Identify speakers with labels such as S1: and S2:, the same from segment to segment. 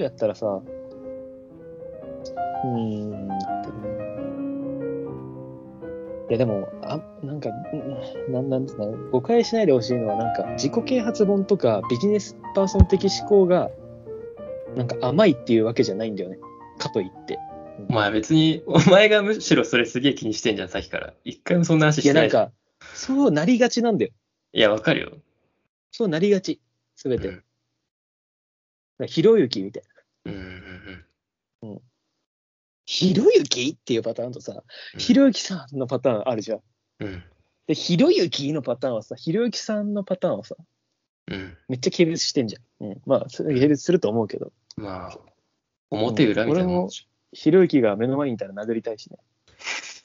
S1: やったらさ、うーんっていやでも、あなんか、うんなんなんですかね、誤解しないでほしいのは、なんか、自己啓発本とか、ビジネスパーソン的思考が、なんか甘いっていうわけじゃないんだよね。かといって。
S2: お前別に、お前がむしろそれすげえ気にしてんじゃん、さっきから。一回もそんな話
S1: い
S2: して
S1: や、
S2: な。
S1: ないんか、そうなりがちなんだよ。
S2: いや、わかるよ。
S1: そうなりがち。すべ
S2: う
S1: て。だか
S2: ん
S1: らひろゆきみたいな。
S2: うんうんうん
S1: ひろゆきっていうパターンとさ、ひろゆきさんのパターンあるじゃん。
S2: うん。
S1: で、ひろゆきのパターンはさ、ひろゆきさんのパターンはさ、
S2: うん。
S1: めっちゃ軽蔑してんじゃん。うん、まあ、それ軽蔑すると思うけど、
S2: まあ、表裏みたいなもんでし
S1: ひろゆきが目の前にいたら殴りたいしね。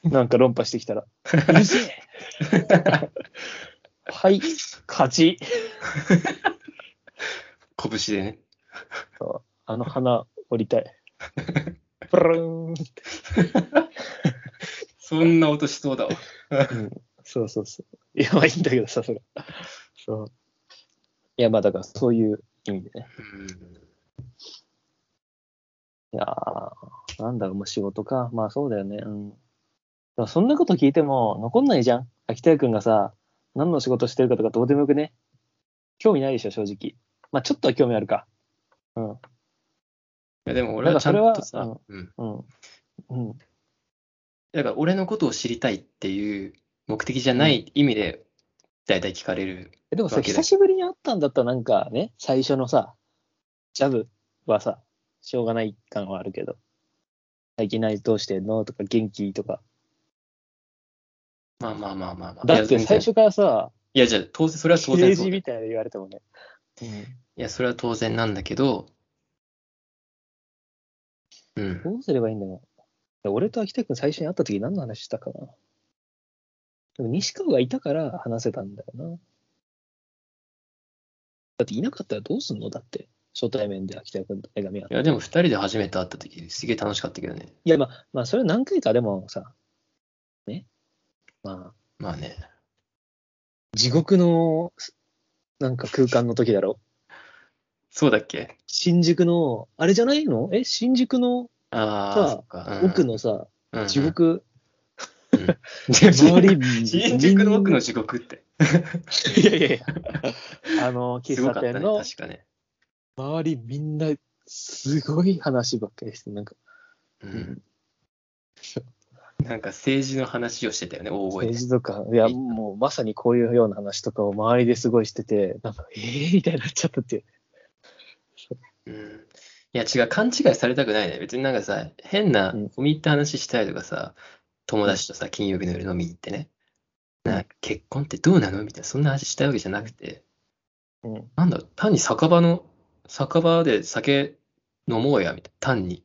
S1: なんか論破してきたら、うるせえはい、勝ち。
S2: ょ 拳でね。
S1: あの花、折りたい。プルーンって。
S2: そんな音しそうだわ。
S1: うんそうそうそう。いや、まあいいんだけどさ、それ。そう。いや、まあだからそういう意味でね。いやー、なんだろう、もう仕事か。まあそうだよね。うん。でもそんなこと聞いても残んないじゃん。秋田屋くんがさ、何の仕事してるかとかどうでもよくね。興味ないでしょ、正直。まあちょっとは興味あるか。うん。
S2: いやでも俺はちゃんとさ、
S1: だから
S2: うん、
S1: うん。うん。
S2: だから俺のことを知りたいっていう目的じゃない意味で、だいたい聞かれる。
S1: えでもさ、
S2: わけで
S1: 久しぶりに会ったんだったらなんかね、最初のさ、ジャブはさ、しょうがない感はあるけど。最近何どうしてんのとか元気とか。
S2: まあまあまあまあまあ。
S1: だって
S2: いや
S1: 最。
S2: 全然
S1: 初からさ、
S2: いやじゃあ当然、それは当
S1: ゲー
S2: 然そう
S1: ジ
S2: だ。い
S1: みたいなの言われてもね。うん。
S2: や、それは当然なんだけど、うん。
S1: どうすればいいんだろう。俺と秋田君最初に会った時何の話したかな。でも西川がいたから話せたんだよな。だっていなかったらどうすんのだって。初対面で秋田君と江上が。
S2: いや、でも二人で初めて会った時、すげえ楽しかったけどね。
S1: いや、まあ、まあ、それは何回かでもさ、ね。まあ、
S2: まあね。
S1: 地獄の、なんか空間の時だろ。
S2: そうだっけ
S1: 新宿の、あれじゃないのえ、新宿の
S2: あ
S1: さあ
S2: あ、そっか
S1: 奥、のさ、
S2: うんうん
S1: 地獄、周
S2: 周
S1: り
S2: り、、 新宿の奥の地獄って。
S1: いやいやいや、あの、喫
S2: すご
S1: 茶
S2: かった
S1: 店
S2: ね、
S1: の
S2: 確かね。
S1: 周りみんな、すごい話ばっかりして、なんか、
S2: うんなんか政治の話をしてたよね、大声で
S1: 政。治とか、いや、もうまさにこういうような話とかを周りですごいしてて、なんか、えーみたいになっちゃったっていう。
S2: うんいや違う、勘違いされたくないね。別になんかさ、変な
S1: うん
S2: 込み入った話したいとかさ、友達とさ、金曜日の夜飲みに行ってね、なんか結婚ってどうなのみたいな、そんな話したいわけじゃなくて、
S1: うん。
S2: なんだろう、単に酒場の、酒場で酒飲もうや、みたいな、単に。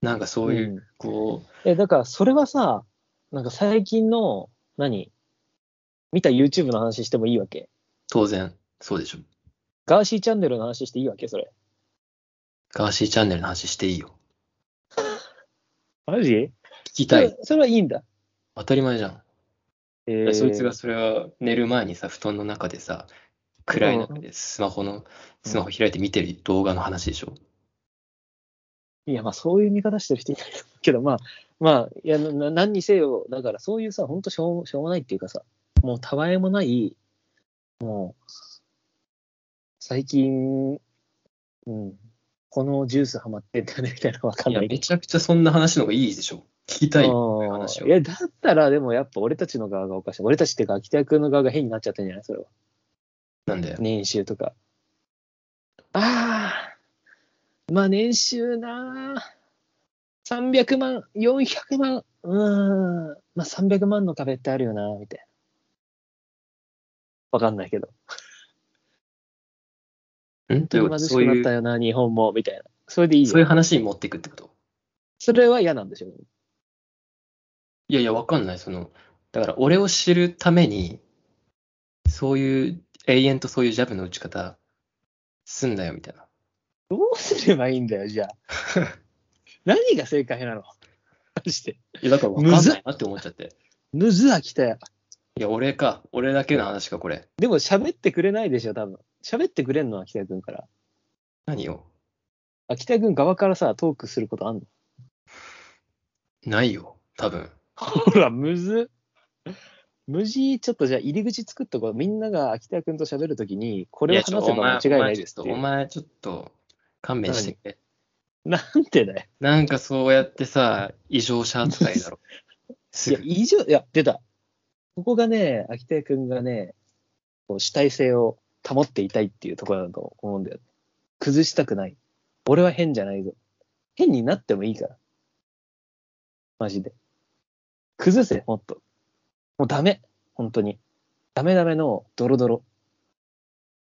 S2: なんかそういう、
S1: ん
S2: こ
S1: え、だから、それはさ、なんか最近の、何見た YouTube の話してもいいわけ
S2: う、当然、そうでしょ。
S1: ガーシーチャンネルの話していいわけそれ。
S2: ガーシーチャンネルの話していいよ。
S1: マジ
S2: 聞きた
S1: そ
S2: い。
S1: れそれはいいんだ。
S2: 当たり前じゃん。
S1: え
S2: いや
S1: ー
S2: そいつがそれは寝る前にさ、布団の中でさ、暗い中でスマホの、スマホ開いて見てる動画の話でしょ。
S1: いや、まあ、そういう見方してる人いないけど、まあ、まあ、いや、なな何にせよ、だから、そういうさ、ほんとしょうしょうもないっていうかさ、もう、たわいもない、もう、最近、うん、このジュースハマってんだよね、みたいなのわかん
S2: い
S1: な
S2: や、
S1: い
S2: め
S1: けど。
S2: ちゃくちゃそんな話の方がいいでしょ。聞きたいよ。こういう話
S1: う
S2: を
S1: んいや、だったら、でもやっぱ俺たちの側がおかしい。俺たちっていうか、秋田君の側が変になっちゃってんじゃないそれは。
S2: なんだよ。
S1: 年収とか。ああ、まあ年収なあ、300万、400万、うーん、まあ300万の壁ってあるよな、みたいな。わかんないけど。
S2: んということ
S1: 貧し
S2: そう
S1: くな
S2: いう
S1: った、よな、日本も、みたいな。それでいい
S2: そういう
S1: よ。
S2: 話に持っていくってこと
S1: それは嫌なんでしょう、
S2: いやいや、わかんない。その、だから俺を知るために、そういう、永遠とそういうジャブの打ち方、すんだよ、みたいな。
S1: どうすればいいんだよ、じゃ あ。何が正解なのマジで。
S2: いや、だからわかんないなって思っちゃって。
S1: むず飽きたよ。
S2: いや、俺か。俺だけの話か、これ。
S1: でも喋ってくれないでしょ、多分。喋ってくれんの、秋田君から。
S2: 何よ。
S1: 秋田軍側からさ、トークすることあんの
S2: ないよ、多分。
S1: ほら、むずっ無事、ちょっとじゃあ入り口作っとこう。みんなが秋田君と喋るときに、こ
S2: こ
S1: れを話せば間違いないですってい
S2: お
S1: う。
S2: 前ちょっと勘弁してく れ。
S1: なんてだよ。
S2: なんかそうやってさ、異常者扱 いだろ。
S1: い
S2: す
S1: や、
S2: ぐ。
S1: 以上、いや、出た。ここがね、秋田君がね、こう主体性を保っていたいっていうところだと思うんだよね。崩したくない。俺は変じゃないぞ。変になってもいいから。マジで。崩せ、もっと。もうダメ。本当に。ダメダメのドロドロ。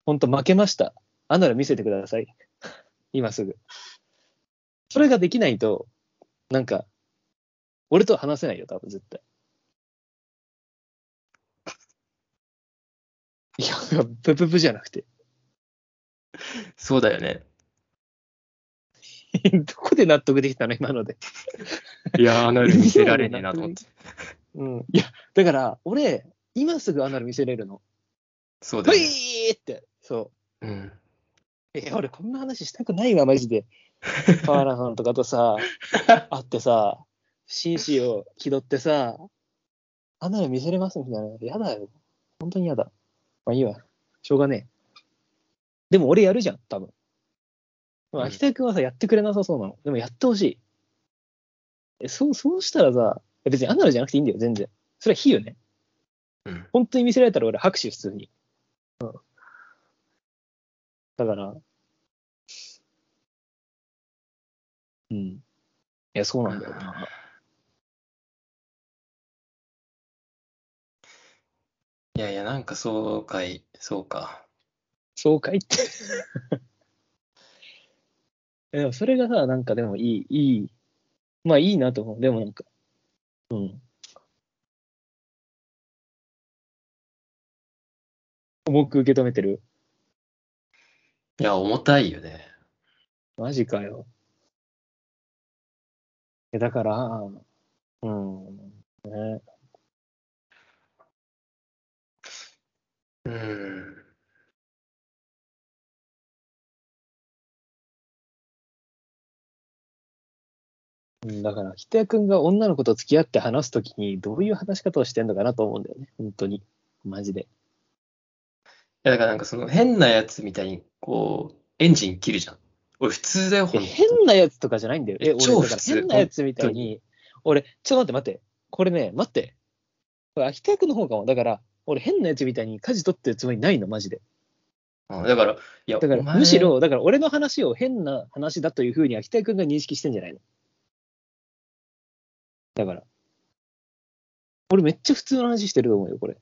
S1: 本当負けました。あんなら見せてください。 今すぐ。それができないと、なんか、俺とは話せないよ、多分絶対。いや、プププじゃなくて。
S2: そうだよね。
S1: どこで納得できたの、今ので。
S2: いやー、アナル見せられねえなと 思って。
S1: うん。いや、だから、俺、今すぐアナル見せれるの。
S2: そうだ
S1: ほ
S2: よ
S1: い
S2: ね。
S1: ーって。そ
S2: うん。
S1: う。え、俺、こんな話したくないわ、マジで。 河原さんとかとさ、会ってさ、紳士を気取ってさ、アナル見せれますみたいな。やだよ。本当にやだ。まあいいわ。しょうがねえ。でも俺やるじゃん、多分。でも
S2: うん
S1: 秋田君はさ、やってくれなさそうなの。でもやってほしい。え、そう、そうしたらさ、え別にアナルじゃなくていいんだよ、全然。それは非よね。
S2: うん
S1: 本当に見せられたら俺拍手、普通に。うん。だから、うん。いや、そうなんだよな。
S2: いやいや、なんかそうかい、そうか。
S1: そうかいって。 でもそれがさ、なんかでもいい、いい、まあいいなと思う。でもなんか、うん。重く受け止めてる。
S2: いや、重たいよね。
S1: マジかよ。いやだから、うん、ね、
S2: うん。
S1: うんだから、北谷君が女の子と付き合って話すときに、どういう話し方をしてんのかなと思うんだよね。本当に。マジで。
S2: いや、だからなんかその変なやつみたいに、こう、エンジン切るじゃん。俺普通だよ、
S1: いや
S2: ほんと
S1: 変なやつとかじゃないんだよ。え、俺、
S2: 超
S1: だから
S2: 普通
S1: 変なやつみたい
S2: 本当
S1: に、俺、ちょっと待って待って、これね、待って。これ、秋田役の方かも。だから、俺、変なやつみたいに舵取ってるつもりないの、マジで。
S2: うんだから、いや、
S1: だか
S2: お
S1: ら、
S2: 前
S1: むし、ろ、だから、俺の話を変な話だというふうに秋田君が認識してんじゃないの。だから。俺、めっちゃ普通の話してると思うよ、これ。い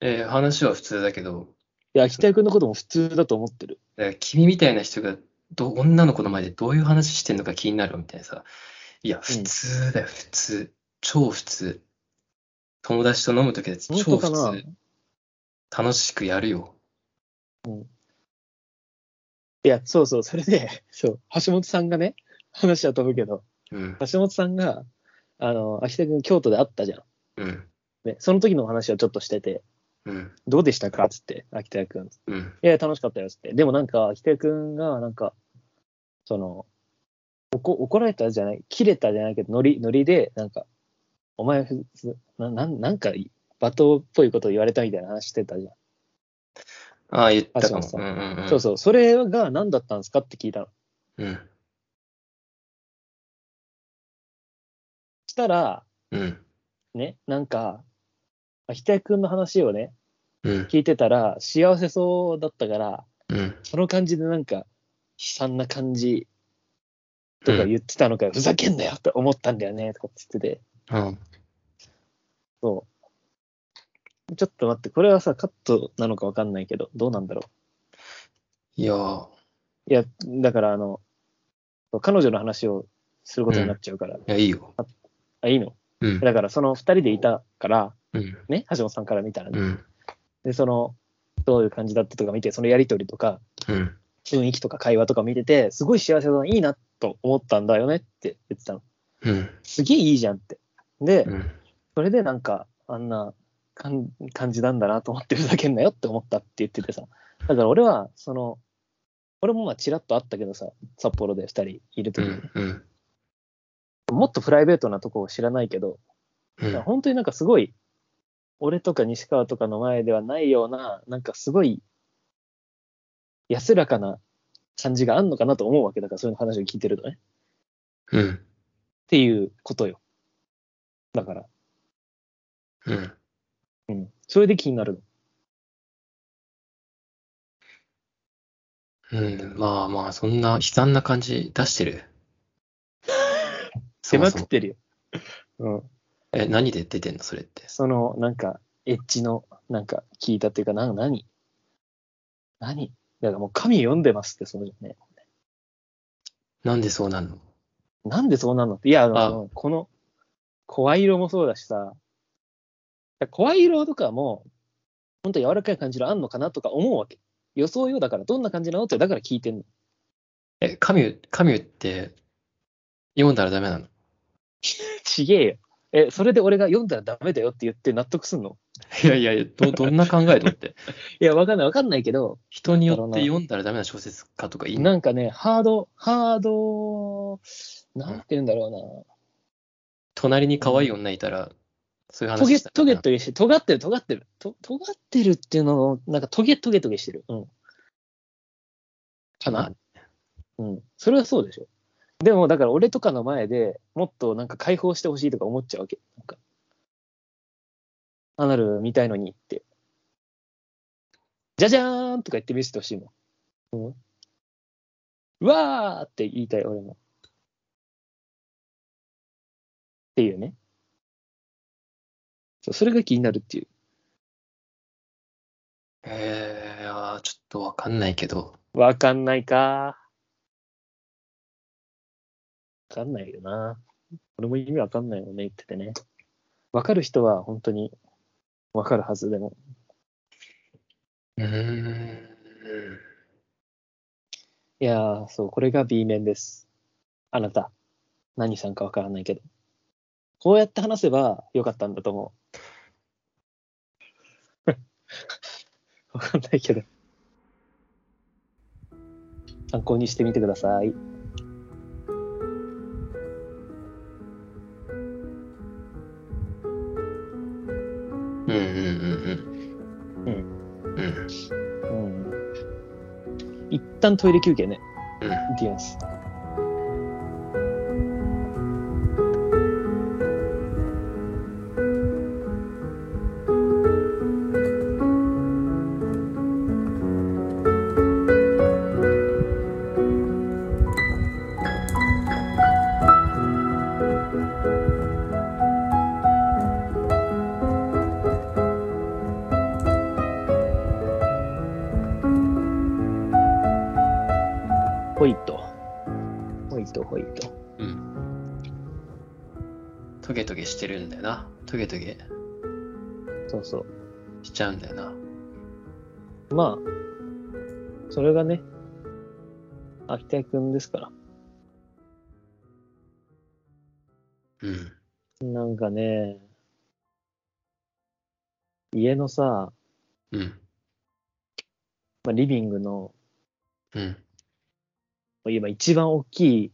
S2: えー話は普通だけど、
S1: や、秋田君のことも普通だと思ってる。
S2: だから君みたいな人がど女の子の前でどういう話してんのか気になるみたいなさ。いや、普通だよ、普通。超普通。友達と飲むときだって超
S1: 本当
S2: 普
S1: かな
S2: 通。楽しくやるよ。
S1: いや、そうそう、それで、そう、橋本さんがね、話は飛ぶけど、
S2: うん。
S1: 橋本さんが、あの、秋田君京都で会ったじゃん。
S2: うん。
S1: ね、その時のお話をちょっとしてて、
S2: うん。
S1: どうでしたかっつって、秋田君。い
S2: うん。
S1: や、楽しかったよっつって。でもなんか、秋田君が、なんか、その、怒怒られたじゃない、切れたじゃないけど、ノリ、ノリで、なんか、お前ふつな、なんなんか、罵倒っぽいことを言われたみたいな話してたじゃん。
S2: ああ、言ったか
S1: あ
S2: も。
S1: そううんそう
S2: うんうん。
S1: そうそう、それが何だったんですかって聞いたの。
S2: うん。
S1: したら、
S2: うん。
S1: ね、なんか、秋田君の話をね、
S2: うん。
S1: 聞いてたら、幸せそうだったから、
S2: うん。
S1: その感じでなんか、悲惨な感じとか言ってたのか、ふざけんなよって思ったんだよね、とかって言ってて、
S2: うん。
S1: そう。ちょっと待って、これはさ、カットなのかわかんないけど、どうなんだろ
S2: いやー
S1: う。いや、だからあの、彼女の話をすることになっちゃうから、
S2: いや、いいよ。
S1: あ、いいの
S2: うん。
S1: だからその二人でいたから、
S2: うん。
S1: ね、橋本さんから見たらね、
S2: うん。
S1: で、その、どういう感じだったとか見て、そのやりとりとか、
S2: うん。
S1: 雰囲気とか会話とか見てて、すごい幸せだな、いいなと思ったんだよねって言ってたの。
S2: うん。
S1: すげえいいじゃんって。で、
S2: うん。
S1: それでなんか、あんな感感じなんだなと思ってふざけんなよって思ったって言っててさ。だから俺は、その、俺もまあちらっとあったけどさ、札幌で2人いる
S2: う
S1: 時に、
S2: ん、うん。
S1: もっとプライベートなとこを知らないけど、
S2: うん
S1: 本当になんかすごい、俺とか西川とかの前ではないような、なんかすごい安らかな感じがあんのかなと思うわけだから、そういう話を聞いてるとね。っ
S2: うん。
S1: ていうことよ。だから、
S2: うん。
S1: うん。それで気になるの。
S2: うん。まあまあ、そんな悲惨な感じ出してる。
S1: 出
S2: そも
S1: ま
S2: そ
S1: くっ
S2: も。
S1: てるよ。うん。
S2: え、何で出てんのそれって。
S1: その、なんか、エッジの、なんか、聞いたっていうか、な、何何だからもう神読んでますって、そのね。
S2: なんでそうなの
S1: なんでそうなのって。いや、あの、
S2: あ
S1: そのこの、声色もそうだしさ、声色とかも、本当柔らかい感じのあんのかなとか思うわけ。予想よだから、どんな感じなのって、だから聞いてんの。
S2: え、カミュ、カミュって読んだらダメなの
S1: ちげえよ。え、それで俺が読んだらダメだよって言って納得すんの
S2: いやいやいや、ど、どんな考えと思って。
S1: いや、わかんない、わかんないけど、
S2: 人によって読んだらダメな小説家とかいない。
S1: なんかね、ハード、ハード、なんて言うんだろうな。
S2: 隣に可愛い女いたら、そういう
S1: ト
S2: 話
S1: ゲ、
S2: した
S1: トゲ
S2: ら
S1: トゲして、尖ってる、尖ってる。と、尖ってるっていうのを、なんかトゲトゲトゲしてる。うん。かな、うん。それはそうでしょ。でも、だから俺とかの前でもっとなんか解放してほしいとか思っちゃうわけ。なんか。アナル見たいのにって。じゃじゃーんとか言って見せてほしいもん。うん。うわーって言いたい、俺も。っていうね。そうそれが気になるっていう。
S2: えー、あーちょっとわかんないけど。
S1: わかんないか。わかんないよな。俺も意味わかんないよね、言っててね。わかる人は本当にわかるはずでも。
S2: うーん。
S1: いやー、そう、これが B 面です。あなた、何さんかわからないけど。こうやって話せばよかったんだと思う。 わかんないけど。参考にしてみてください。
S2: うんうんうんうん。うん。うん。
S1: うん。一旦トイレ休憩ね。
S2: うん。
S1: 行ってきます。ほいと。ほいと、ほいと。
S2: うん。トゲトゲしてるんだよな。トゲトゲ
S1: そうそ
S2: しちゃうんだよな。
S1: う。まあ、それがね、秋田くんですから。
S2: うん。
S1: なんかね、家のさ、
S2: うん。
S1: まあ、リビングの、
S2: うん。
S1: 今一番大きい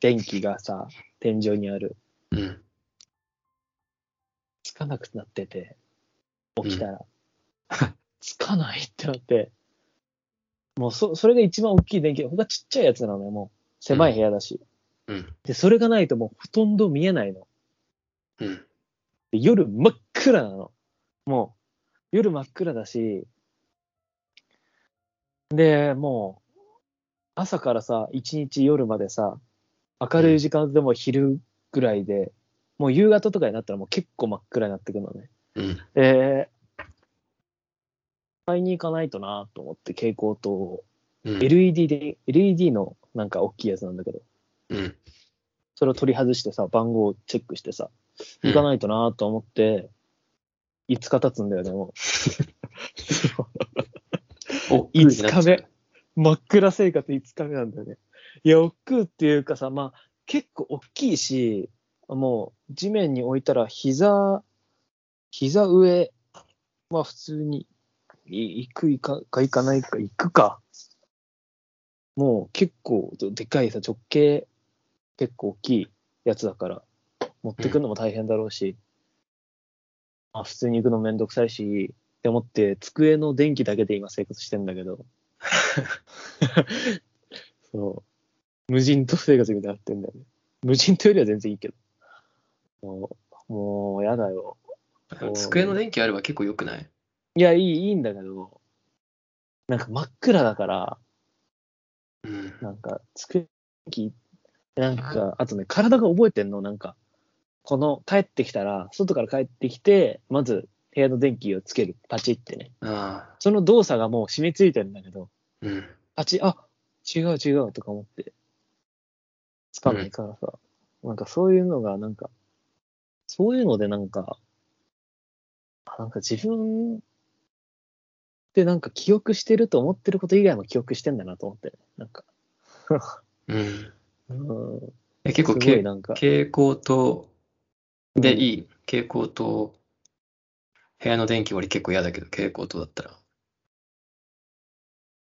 S1: 電気がさ、天井にある、
S2: うん。
S1: つかなくなってて、起きたら、 つかないってなって、もうそ、それが一番大きい電気、他ちっちゃいやつなのよ、もう。狭い部屋だし。
S2: うん。
S1: で、それがないともうほとんど見えないの。
S2: うん。
S1: で夜真っ暗なの。もう、夜真っ暗だし、で、もう、朝からさ、一日夜までさ、明るい時間でも昼ぐらいで、もう夕方とかになったらもう結構真っ暗になってくるのね。
S2: うん。
S1: え買いに行かないとなと思って蛍光灯を、
S2: うん。
S1: LED で、LED のなんか大きいやつなんだけど、
S2: うん。
S1: それを取り外してさ、番号をチェックしてさ、行かないとなと思って、5日経つんだよね、も
S2: お、
S1: う。5日目。真っ暗生活5日目なんだよね。いや、億劫っていうかさ、まあ、結構大きいし、もう、地面に置いたら、膝、膝上、まあ、普通に、い行く、行か、か行かないか、行くか。もう結構でっかいさ、直径結構大きいやつだから、持ってくのも大変だろうし、まあ普通に行くのめんどくさいし、って思って、机の電気だけで今生活してんだけど、そう、無人島生活みたいになってんだよね。無人島よりは全然いいけど。もう、もうやだよ。そう
S2: 机の電気あれば結構良くない
S1: いや、いい、いいんだけど、なんか真っ暗だから、
S2: うん。
S1: なんか、机き、なんか、あとね、体が覚えてんの、なんか、この、帰ってきたら、外から帰ってきて、まず、部屋の電気をつける、パチってね。
S2: ああ。
S1: その動作がもう染みついてるんだけど、
S2: うん。
S1: パチ、あ違う違うとか思って、つかないからさ、なんかそういうのが、なんか、そういうのでなんか、あなんか自分ってなんか記憶してると思ってること以外も記憶してんだなと思って、なんか、
S2: うん。
S1: うん、
S2: え結構
S1: すごい
S2: け、
S1: なんか。
S2: 蛍光灯で
S1: うん
S2: いい。蛍光灯。部屋の電気俺結構嫌だけど、蛍光灯だったら。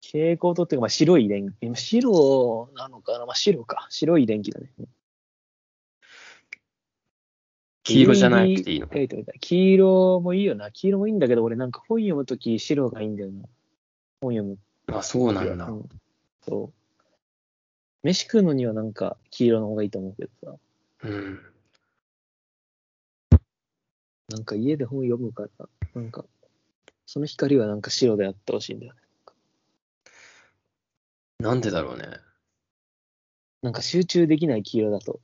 S1: 蛍光灯っていうか、まあ、白い電気。白なのかなまあ、白か。白い電気だね。
S2: 黄色じゃなくていいの。
S1: 書いておいた黄色もいいよな。黄色もいいんだけど、俺なんか本読むとき白がいいんだよな。本読む
S2: あ、そうな
S1: ときは。
S2: んだ
S1: う。んそう。飯食うのにはなんか黄色の方がいいと思うけどさ。
S2: うん。
S1: なんか家で本読むから、なんか、その光はなんか白であってほしいんだよね。
S2: なんでだろうね。
S1: なんか集中できない黄色だと、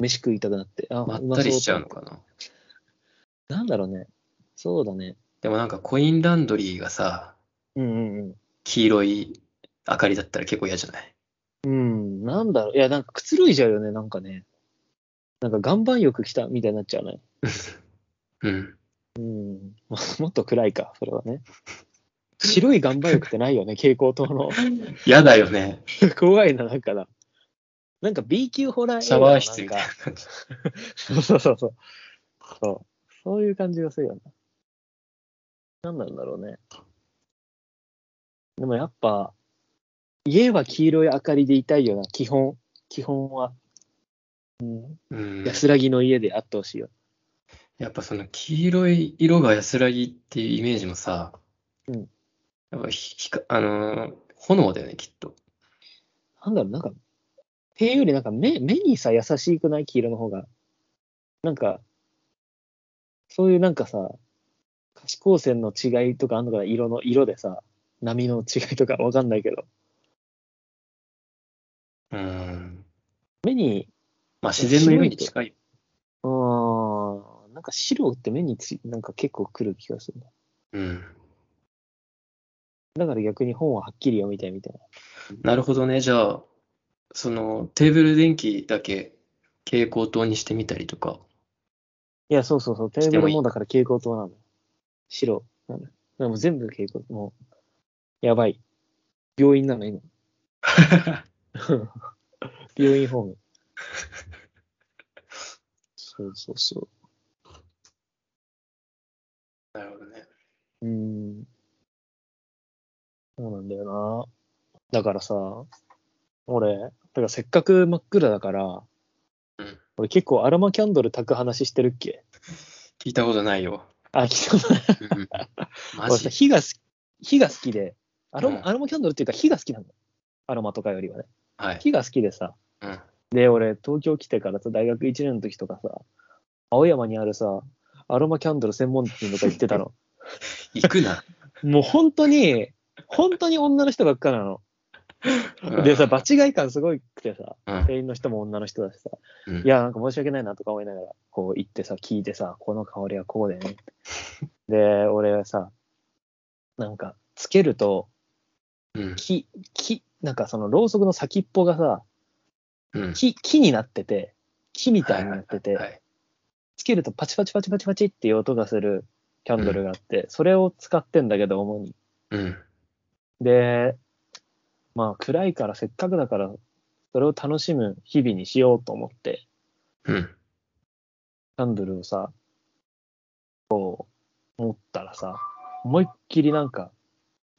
S1: 飯食いたくなって、あ、
S2: まっ
S1: ま
S2: た
S1: そう
S2: りしちゃうのかな。
S1: なんだろうね。そうだね。
S2: でもなんかコインランドリーがさ、
S1: うんうんうん。
S2: 黄色い明かりだったら結構嫌じゃない
S1: うん、なんだろう。いや、なんかくつろいじゃうよね、なんかね。なんか岩盤浴来たみたいになっちゃうね。
S2: うん。
S1: うん。ももっと暗いか、それはね。白い岩盤浴ってない よね、蛍光灯の。
S2: 嫌だよね。
S1: 怖いな、なんかな。なんか B 級ホラー映画
S2: シャワー室みたい
S1: な
S2: なん
S1: か
S2: 感じ。
S1: そうそうそうそう。そう。そういう感じがするよな。なんなんだろうね。でもやっぱ、家は黄色い明かりでいたいよな、基本。基本は。うん。
S2: うん。
S1: 安らぎの家であってほしいよ。
S2: やっぱその黄色い色が安らぎっていうイメージもさ、
S1: うん
S2: やっぱひひか、あのー炎だよね、きっと。
S1: なんだろう、なんか、っていうよりなんか目、目にさ、優しくない黄色の方が。なんか、そういうなんかさ、可視光線の違いとかあんのかな、色の、色でさ、波の違いとかわかんないけど、
S2: うん。
S1: 目に、
S2: まあ自然の色に近い。
S1: うーん、なんか白って目につ、なんか結構来る気がするな。
S2: うん。
S1: だから逆に本ははっきり読みたいみたいな。
S2: なるほどね。じゃあ、そのテーブル電気だけ蛍光灯にしてみたり とか。
S1: いや、そうそうそう、テーブルもだから蛍光灯なの。白なの。でも全部蛍光灯、もう、やばい。病院なの、今。病院ホーム。 そうそうそ
S2: なるほどね。
S1: う。うーん。そうなんだよな。だからさ、俺、だからせっかく真っ暗だから、
S2: うん
S1: 俺結構アロマキャンドル炊く話してるっけ
S2: 聞いたことないよ。
S1: あ、聞いたことない
S2: うんマ
S1: 俺さ、
S2: ジ
S1: 火がす、火が好きで、アロ,、
S2: うん
S1: アロマキャンドルっていうか火が好きなんだよ。アロマとかよりはね。
S2: はい。
S1: 火が好きでさ、
S2: うん。
S1: で、俺、東京来てからさ、大学1年の時とかさ、青山にあるさ、アロマキャンドル専門店とか行ってた の。
S2: 行くな。
S1: もう本当に、本当に女の人ばっかなの。でさ、場違い感すごくてさ、
S2: うん
S1: 店員の人も女の人だしさ、
S2: うん
S1: いや、なんか申し訳ないなとか思いながら、こう行ってさ、聞いてさ、この香りはこうだよねって。で、俺はさ、なんか、つけると、
S2: うん。
S1: 木、木、なんかそのろうそくの先っぽがさ、
S2: うん。
S1: 木、木になってて、木みたいになってて、
S2: はい。
S1: つけるとパチパチパチパチパチっていう音がするキャンドルがあって、それを使ってんだけど、主に。
S2: うん。
S1: で、まあ暗いからせっかくだから、それを楽しむ日々にしようと思って、
S2: うん。
S1: キャンドルをさ、こう、持ったらさ、思いっきりなんか、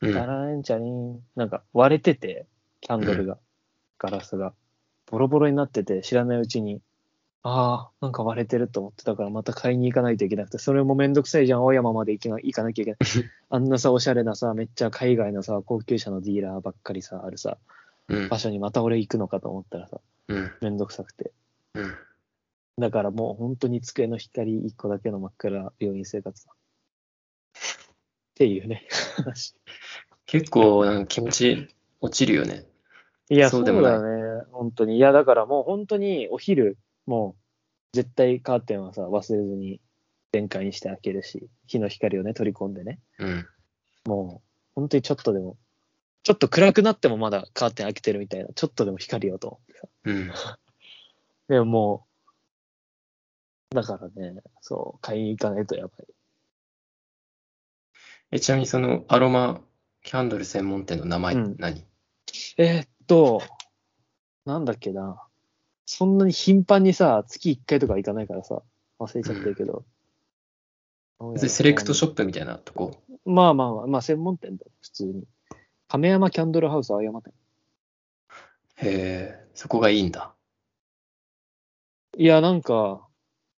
S2: うん
S1: ダラーンチャリン、なんか割れてて、キャンドルが。ガラスがボロボロになってて、知らないうちに、ああ、なんか割れてると思ってたから、また買いに行かないといけなくて、それもめんどくさいじゃん、青山まで行けな行かなきゃいけない。あんなさ、おしゃれなさ、めっちゃ海外のさ、高級車のディーラーばっかりさ、あるさ、
S2: うん
S1: 場。所にまた俺行くのかと思ったらさ、
S2: うん。
S1: めんどくさくて。
S2: うん。
S1: だからもう本当に机の光一個だけの真っ暗病院生活だ。っていうね、話。
S2: 結構、なんか気持ち落ちるよね。
S1: いや、そ
S2: そ
S1: うう
S2: で
S1: だ
S2: もない
S1: ね、本当に。いや、だからもう本当にお昼、もう絶対カーテンはさ、忘れずに全開にして開けるし、日の光をね、取り込んでね。
S2: うん。
S1: もう、本当にちょっとでも、ちょっと暗くなってもまだカーテン開けてるみたいな、ちょっとでも光をと思ってさ。
S2: うん。
S1: でももう、だからね、そう、買いに行かないとやばい。
S2: え、ちなみにそのアロマキャンドル専門店の名前
S1: うん
S2: 何
S1: えーっと、なんだっけな。そんなに頻繁にさ、月1回とか行かないからさ、忘れちゃってるけど。
S2: 別にセレクトシ
S1: ョッ
S2: ョップみたいなとこ。
S1: プまあまあまあ、まあ専門店だよ、普通に。亀山キャンドルハウス青山店。
S2: へえ、そこがいいんだ。
S1: いや、なんか、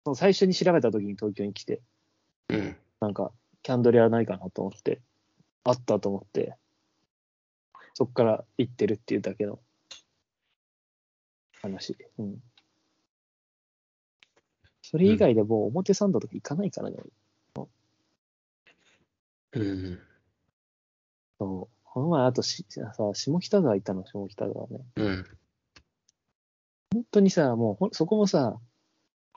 S1: その最初に調べた時に東京に来て、
S2: うん。
S1: なんか、キャンドル屋ないかなと思って、あったと思って、そっから行ってるっていうだけの話。うん。それ以外でもう表参道とか行かないからね。
S2: うん。
S1: そう。この前、あとしさ、下北沢行ったの、下北沢ね。
S2: うん。
S1: 本当にさ、もうほん、そこもさ、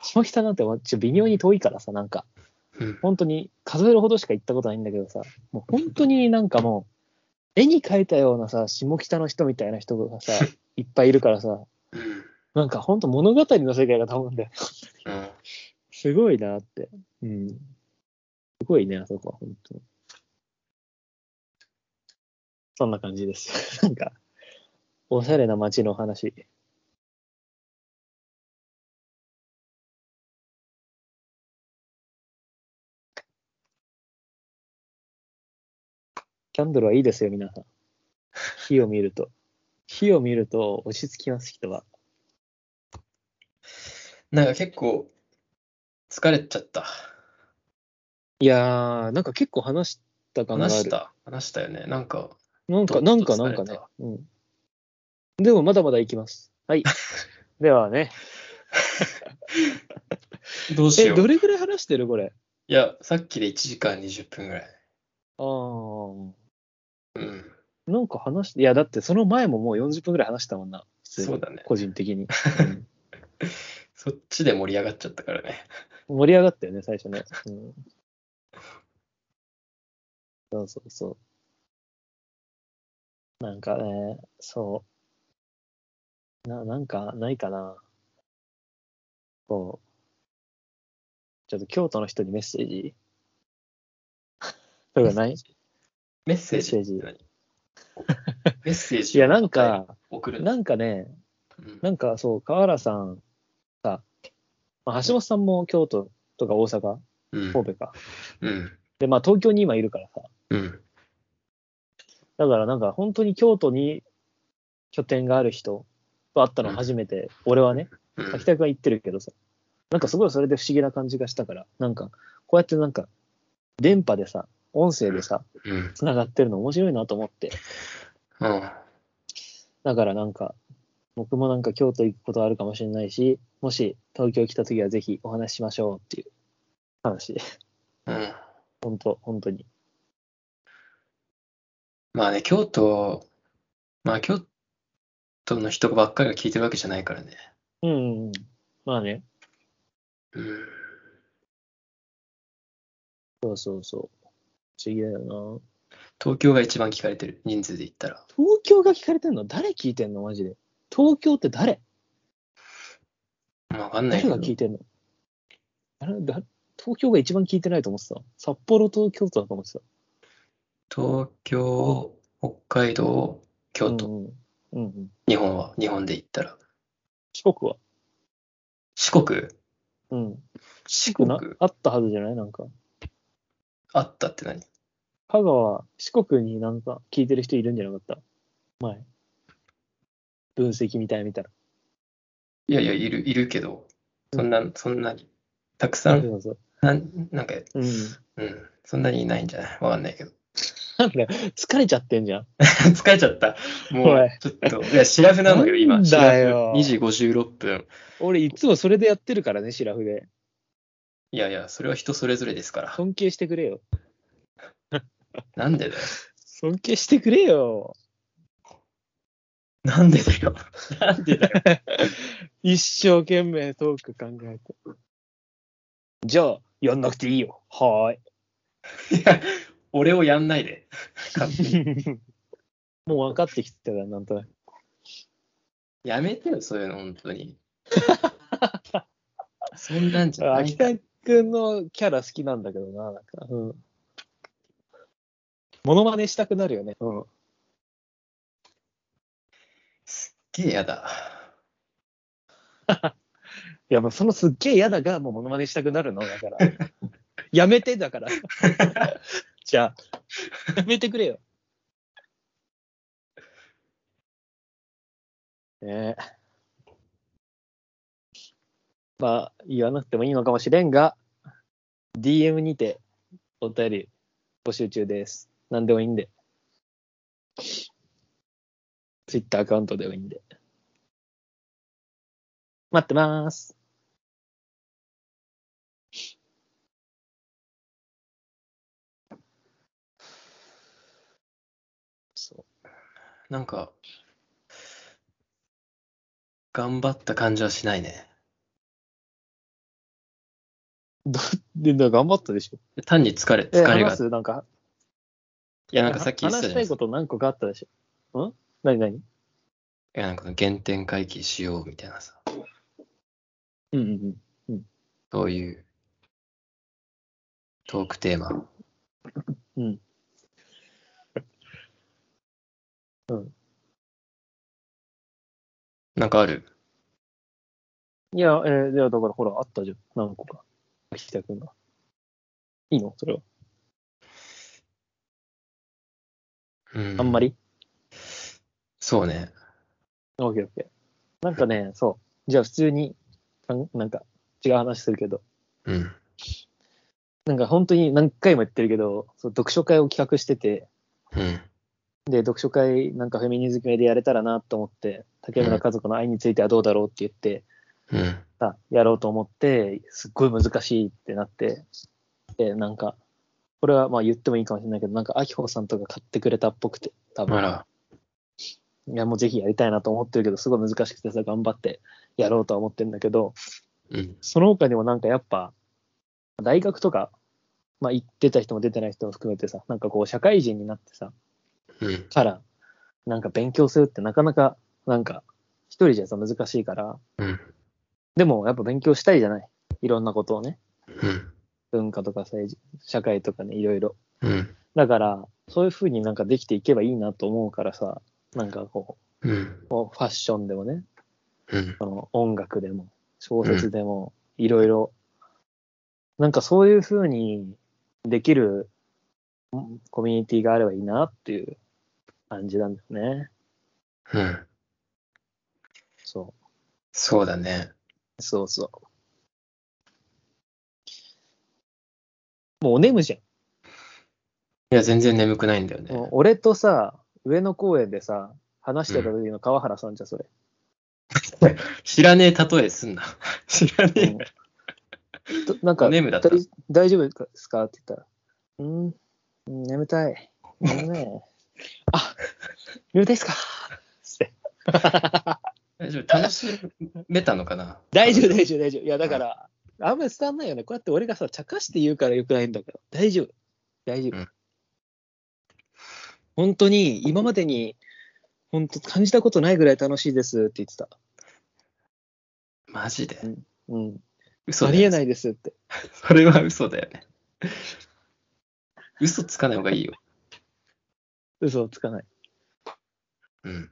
S1: 下北なんてわちょ微妙に遠いからさ、なんか、
S2: うん。
S1: 本当に数えるほどしか行ったことないんだけどさ、もう本当になんかもう、絵に描いたようなさ、下北の人みたいな人がさ、いっぱいいるからさ、
S2: うん。
S1: なんか本当物語の世界が多分だよ。
S2: うん
S1: すごいなって。うん。すごいね、あそこは本当に。そんな感じです。 なんか、おしゃれな街の話。キャンドルはいいですよ、皆さん。火を見ると。火を見ると落ち着きます、人は。
S2: なんか結構疲れちゃった。
S1: いやー、なんか結構話した感がある。
S2: 話した。話したよね。なんか、
S1: なんか、
S2: ど
S1: な
S2: っ
S1: ん
S2: と
S1: か、
S2: 疲
S1: な
S2: れ
S1: ん
S2: た
S1: かね。うん。でも、まだまだ行きます。はい。 ではね。
S2: どうし
S1: え、
S2: よう。
S1: ど
S2: い
S1: れぐらい話してるこれ。
S2: や、さっきで1時間20分ぐらい。
S1: あー。
S2: うん。
S1: なんか話して、いや、だってその前ももう40分ぐらい話したもんな。普通に
S2: そうだね
S1: 個人的 に。うん
S2: そっちで盛り上がっちゃったからね。
S1: 盛り上がったよね、最初ね。うん。そうそうそう。なんかね、そう。な、なんかないかな。そう。ちょっと京都の人にメッセージ とかない
S2: メッセージ
S1: メッセージ
S2: って何メッセー
S1: い
S2: ジ
S1: や、なんか、
S2: 送る
S1: なんかね、
S2: うん
S1: なんかそう、河原さんさ、まあ、橋本さんも京都とか大阪、
S2: うん
S1: 神戸か。
S2: うん。
S1: で、まあ東京に今いるからさ、
S2: うん。
S1: だからなんか本当に京都に拠点がある人と会ったの初めて、俺はね、
S2: うん
S1: 秋田君は行ってるけどさ、なんかすごいそれで不思議な感じがしたから、なんかこうやってなんか電波でさ、音声でさ、
S2: うん。
S1: つながってるの面白いなと思って、
S2: うん。
S1: だからなんか、僕もなんか京都行くことあるかもしれないし、もし東京来た時はぜひお話ししましょうっていう話。
S2: うん。
S1: 本当本当に。
S2: まあね、京都、まあ京都の人ばっかりが聞いてるわけじゃないからね。
S1: うんうんうん。まあね。
S2: うん。
S1: そうそうそう。不思議だよ
S2: 東京が一番聞かれてる人数で言ったら。
S1: な。東京が聞かれてんの誰聞いてんのマジで。東京って誰
S2: まあわかんな
S1: 誰
S2: いけ
S1: が
S2: ど。
S1: 聞いてんのあれだ東京が一番聞いてないと思ってた。札幌と京都だと思ってた。
S2: 東京、北海道、京都、
S1: うんうん、うんうん。
S2: 日本は、日本で言ったら。
S1: 四国は
S2: 四国
S1: うん。
S2: 四
S1: な
S2: 国
S1: あったはずじゃないなんか。
S2: あったって何
S1: 香川、四国になんか聞いてる人いるんじゃなかった前。分析みたいみたい
S2: いやいや、いる、いるけど、そんな、そんなに、たくさ
S1: な。
S2: ん、
S1: そうそう
S2: なん、なんか、
S1: うん。
S2: うん、そんなにいないんじゃないわかんないけど。
S1: なんだよ疲れちゃってんじゃん。
S2: 疲れちゃった。も
S1: お
S2: う
S1: い、
S2: ちょっと、いや、シラフなのよ、
S1: な
S2: 今。
S1: ん
S2: シラ
S1: だ
S2: フ
S1: よ
S2: 2時56分。
S1: 俺いつもそれでやってるからね、シラフで。
S2: いやいや、それは人それぞれですから。
S1: 尊敬してくれよ。
S2: なんでだよ。
S1: 尊敬してくれよ。
S2: なんでだよ。なんでだよ。
S1: 一生懸命トーク考えて。じゃあ、やんなくていいよ。はーい。
S2: いや、俺をやんな いで。勝手に
S1: もう分かってきてたら、なんとなく。
S2: やめてよ、そういうの、本当 に。そんなんじゃない
S1: 秋田君のキャラ好きなんだけどな、なんか。うん。モノマネしたくなるよね。うん。
S2: すっげえやだ。
S1: いや、もうそのすっげえ嫌だが、もうモノマネしたくなるの、だから。 やめて、だから。 じゃあ、やめてくれよ。ねえ。まあ、言わなくてもいいのかもしれんが、DM にてお便り募集中です。何でもいいんで。Twitter アカウントでもいいんで。待ってます。
S2: そう。なんか、頑張った感じはしないね。
S1: で、だから頑張ったでしょ。
S2: 単に疲れ、疲
S1: え、
S2: れが。
S1: 話すなんか、
S2: いや、なんかさっき言って
S1: 話し
S2: たじゃな
S1: た
S2: い
S1: い
S2: ですか。
S1: こと何個かあったでしょ。ん何何
S2: いや、なんか原点回帰しようみたいなさ、
S1: うんうんうん。
S2: そういうトークテーマ。
S1: うん。うん。
S2: なんかある
S1: いや、えー、いや、だからほら、あったじゃん。何個か。秋田君が。いいのそれは。
S2: うん。
S1: あんま
S2: り。
S1: り
S2: そうね。
S1: オッケーオッケー。なんかね、そう。じゃあ普通に、かんなんか、違う話するけど、
S2: うん。
S1: なんか本当に何回も言ってるけど、そう読書会を企画してて、
S2: うん。
S1: で、読書会なんかフェミニズムでやれたらなと思って、竹村和子の愛についてはどうだろうって言って、
S2: うん。
S1: さ、やろうと思って、すっごい難しいってなって、で、なんか、これはまあ言ってもいいかもしれないけど、なんか、あきほさんとか買ってくれたっぽくて、多
S2: あ
S1: 分
S2: ら。
S1: いや、もうぜひやりたいなと思ってるけど、すごい難しくてさ、頑張ってやろうとは思ってるんだけど、
S2: うん。
S1: その他にもなんかやっぱ、大学とか、まあ行ってた人も出てない人も含めてさ、なんかこう、社会人になってさ、
S2: うん。
S1: から、なんか勉強するってなかなか、なんか、一人じゃさ、難しいから、
S2: うん。
S1: でもやっぱ勉強したいじゃない。いろんなことをね。
S2: うん。
S1: 文化とか政治、社会とかね、いろいろ。
S2: うん。
S1: だから、そういうふうになんかできていけばいいなと思うからさ、なんかこ
S2: うん
S1: う、。こうファッションでもね、
S2: うん。
S1: その音楽でも、小説でも、いろいろ、なんかそういうふうにできるうんコミュニティがあればいいなっていう感じなんだよね。
S2: うん。
S1: そ
S2: そうだね。
S1: う。そうそう。もうお眠じゃん。
S2: いや、全然眠くないんだよね。
S1: もう俺とさ、上野公園でさ、話してた時の川原さんじゃん、それ。
S2: 知らねえ例えすんな。知らねえ。
S1: うんとなんか、
S2: 眠だった
S1: だい大丈夫ですかって言ったら、うん、うん眠たい。眠たい。あ、眠た いっすかって。
S2: 大丈夫。楽しめたのかな
S1: 大丈夫、大丈夫、大丈夫。いや、だから、あんまり伝わんないよね。こうやって俺がさ、茶化して言うからよくないんだけど、大丈夫、大丈夫。
S2: うん
S1: 本当に、今までに、本当感じたことないぐらい楽しいですって言ってた。
S2: マジで。
S1: うん。
S2: 嘘
S1: あ
S2: だよ
S1: りえないですって。
S2: それは嘘だよね。嘘つかない方がいいよ。
S1: 嘘をつかない。
S2: うん。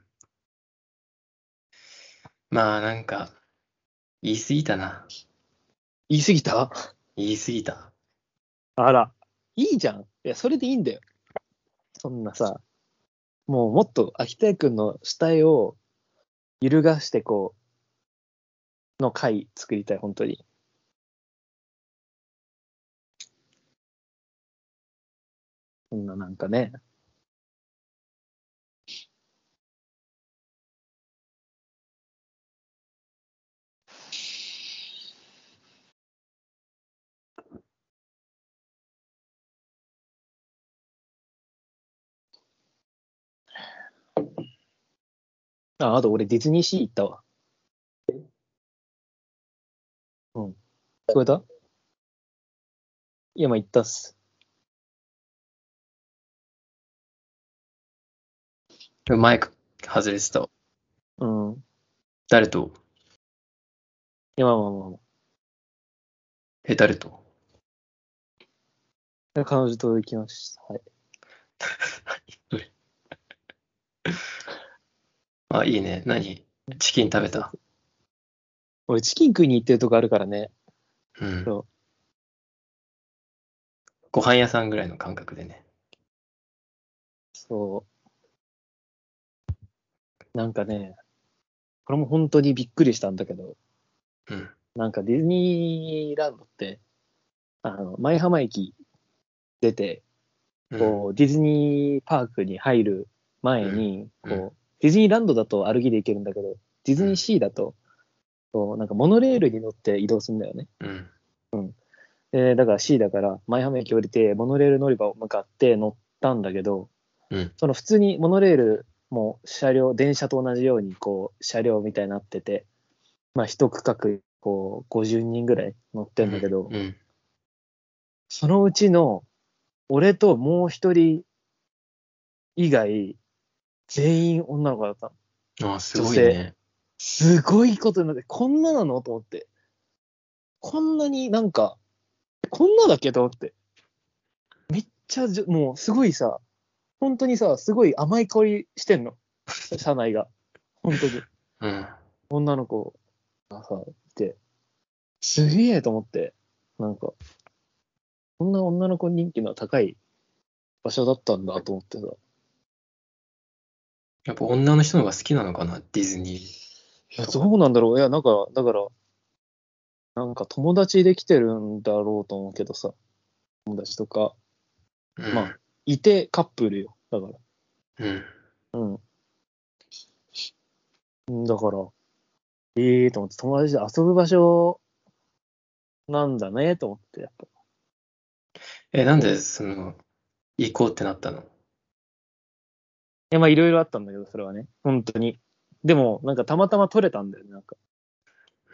S2: まあなんか、言い過ぎたな。
S1: 言い過ぎた
S2: 言い過ぎた。
S1: あら、いいじゃん。いや、それでいいんだよ。そんなさ、もうもっと秋田君の主体を揺るがしてこう、の回作りたい、本当に。そんななんかね。あ、あと俺ディズニーシー行ったわ。うん。聞こえたいや、まあ行ったっす。
S2: マイク外れてたわ。
S1: うん。い
S2: 誰と
S1: や、まあまあまあま
S2: え、誰と
S1: あ。彼女と行きました。はい。
S2: あ、いいね。何チキン食べた。
S1: 俺、チキン食いに行ってるとこあるからね。
S2: うん
S1: そ。
S2: ご飯屋さんぐらいの感覚でね。
S1: そう。なんかね、これも本当にびっくりしたんだけど、
S2: うん。
S1: なんかディズニーランドって、あの、舞浜駅出て、
S2: うん
S1: こう、ディズニーパークに入る前に、
S2: うんう
S1: こう、ディズニーランドだと歩きで行けるんだけど、ディズニーシーだと、こう、なんかモノレールに乗って移動するんだよね。
S2: うん。
S1: で、だから C だから、舞浜駅降りて、モノレール乗り場を向かって乗ったんだけど、
S2: うん。
S1: その普通にモノレールも車両、電車と同じように、こう、車両みたいになってて、まあ、一区画、こう、50人ぐらい乗ってんだけど、
S2: うん。
S1: そのうちの、俺ともう一人以外、全員女の子だったの。
S2: あ、すごいね。
S1: すごいことになって、こんななのと思って。こんなになんか、こんなだっけと思って。めっちゃじょ、もうすごいさ、本当にさ、すごい甘い香りしてんの。車内が。本当に。
S2: うん。
S1: 女の子がさ、いて、すげえと思って、なんか、こんな女の子人気の高い場所だったんだと思ってさ。
S2: やっぱ女の人の方が好きなのかな、ディズニー。
S1: いや、どうなんだろう。いや、なんか、だから、なんか友達できてるんだろうと思うけどさ、友達とか、
S2: うん、
S1: まあ。いてカップルよ。だか
S2: うん。
S1: ら。うん。だから、ええー、と思って、友達で遊ぶ場所なんだね、と思って、やっぱ。
S2: え、なんで、その、行こうってなったの
S1: いや、まあ、いろいろあったんだけど、それはね。本当に。でも、なんか、たまたま取れたんだよね。なんか、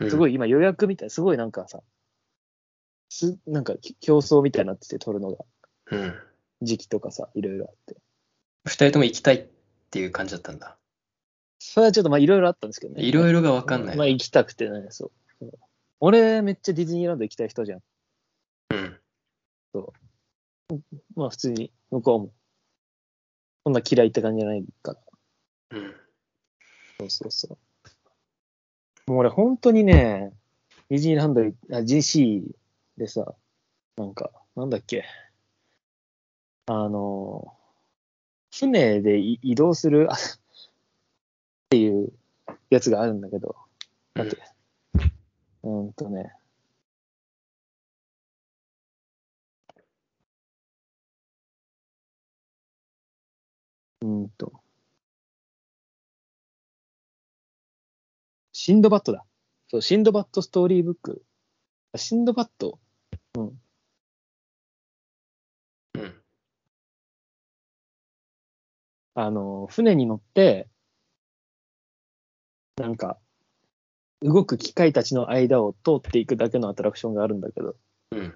S1: すご
S2: い。
S1: い、今予約みたい、すごいなんかさ、す、なんか、き競争みたいになってて、取るのが。
S2: うん。
S1: 時期とかさ、いろいろあって。
S2: 二人とも行きたいっていう感じだったんだ。
S1: それはちょっと、まあ、いろいろあったんですけどね。
S2: いろい
S1: ろ
S2: ろがわかんない。
S1: まあ、行きたくてね、そう。そう俺、めっちゃディズニーランド行きたい人じゃん。
S2: うん。
S1: まあ、普通に、向こうも。そんな嫌いって感じじゃないから。
S2: うん。
S1: そうそうそう。もう俺、本当にね、ディズニーランド、あ GC でさ、なんか、なんだっけ、あの、船でい移動するあっていうやつがあるんだけど、
S2: う
S1: だっ
S2: ん
S1: て、うん、んとね、うんと、シンドバッドだ。そう、シンドバッドストーリーブック。あシンドバッド
S2: うん。
S1: あの、船に乗って、なんか、動く機械たちの間を通っていくだけのアトラクションがあるんだけど、
S2: うん。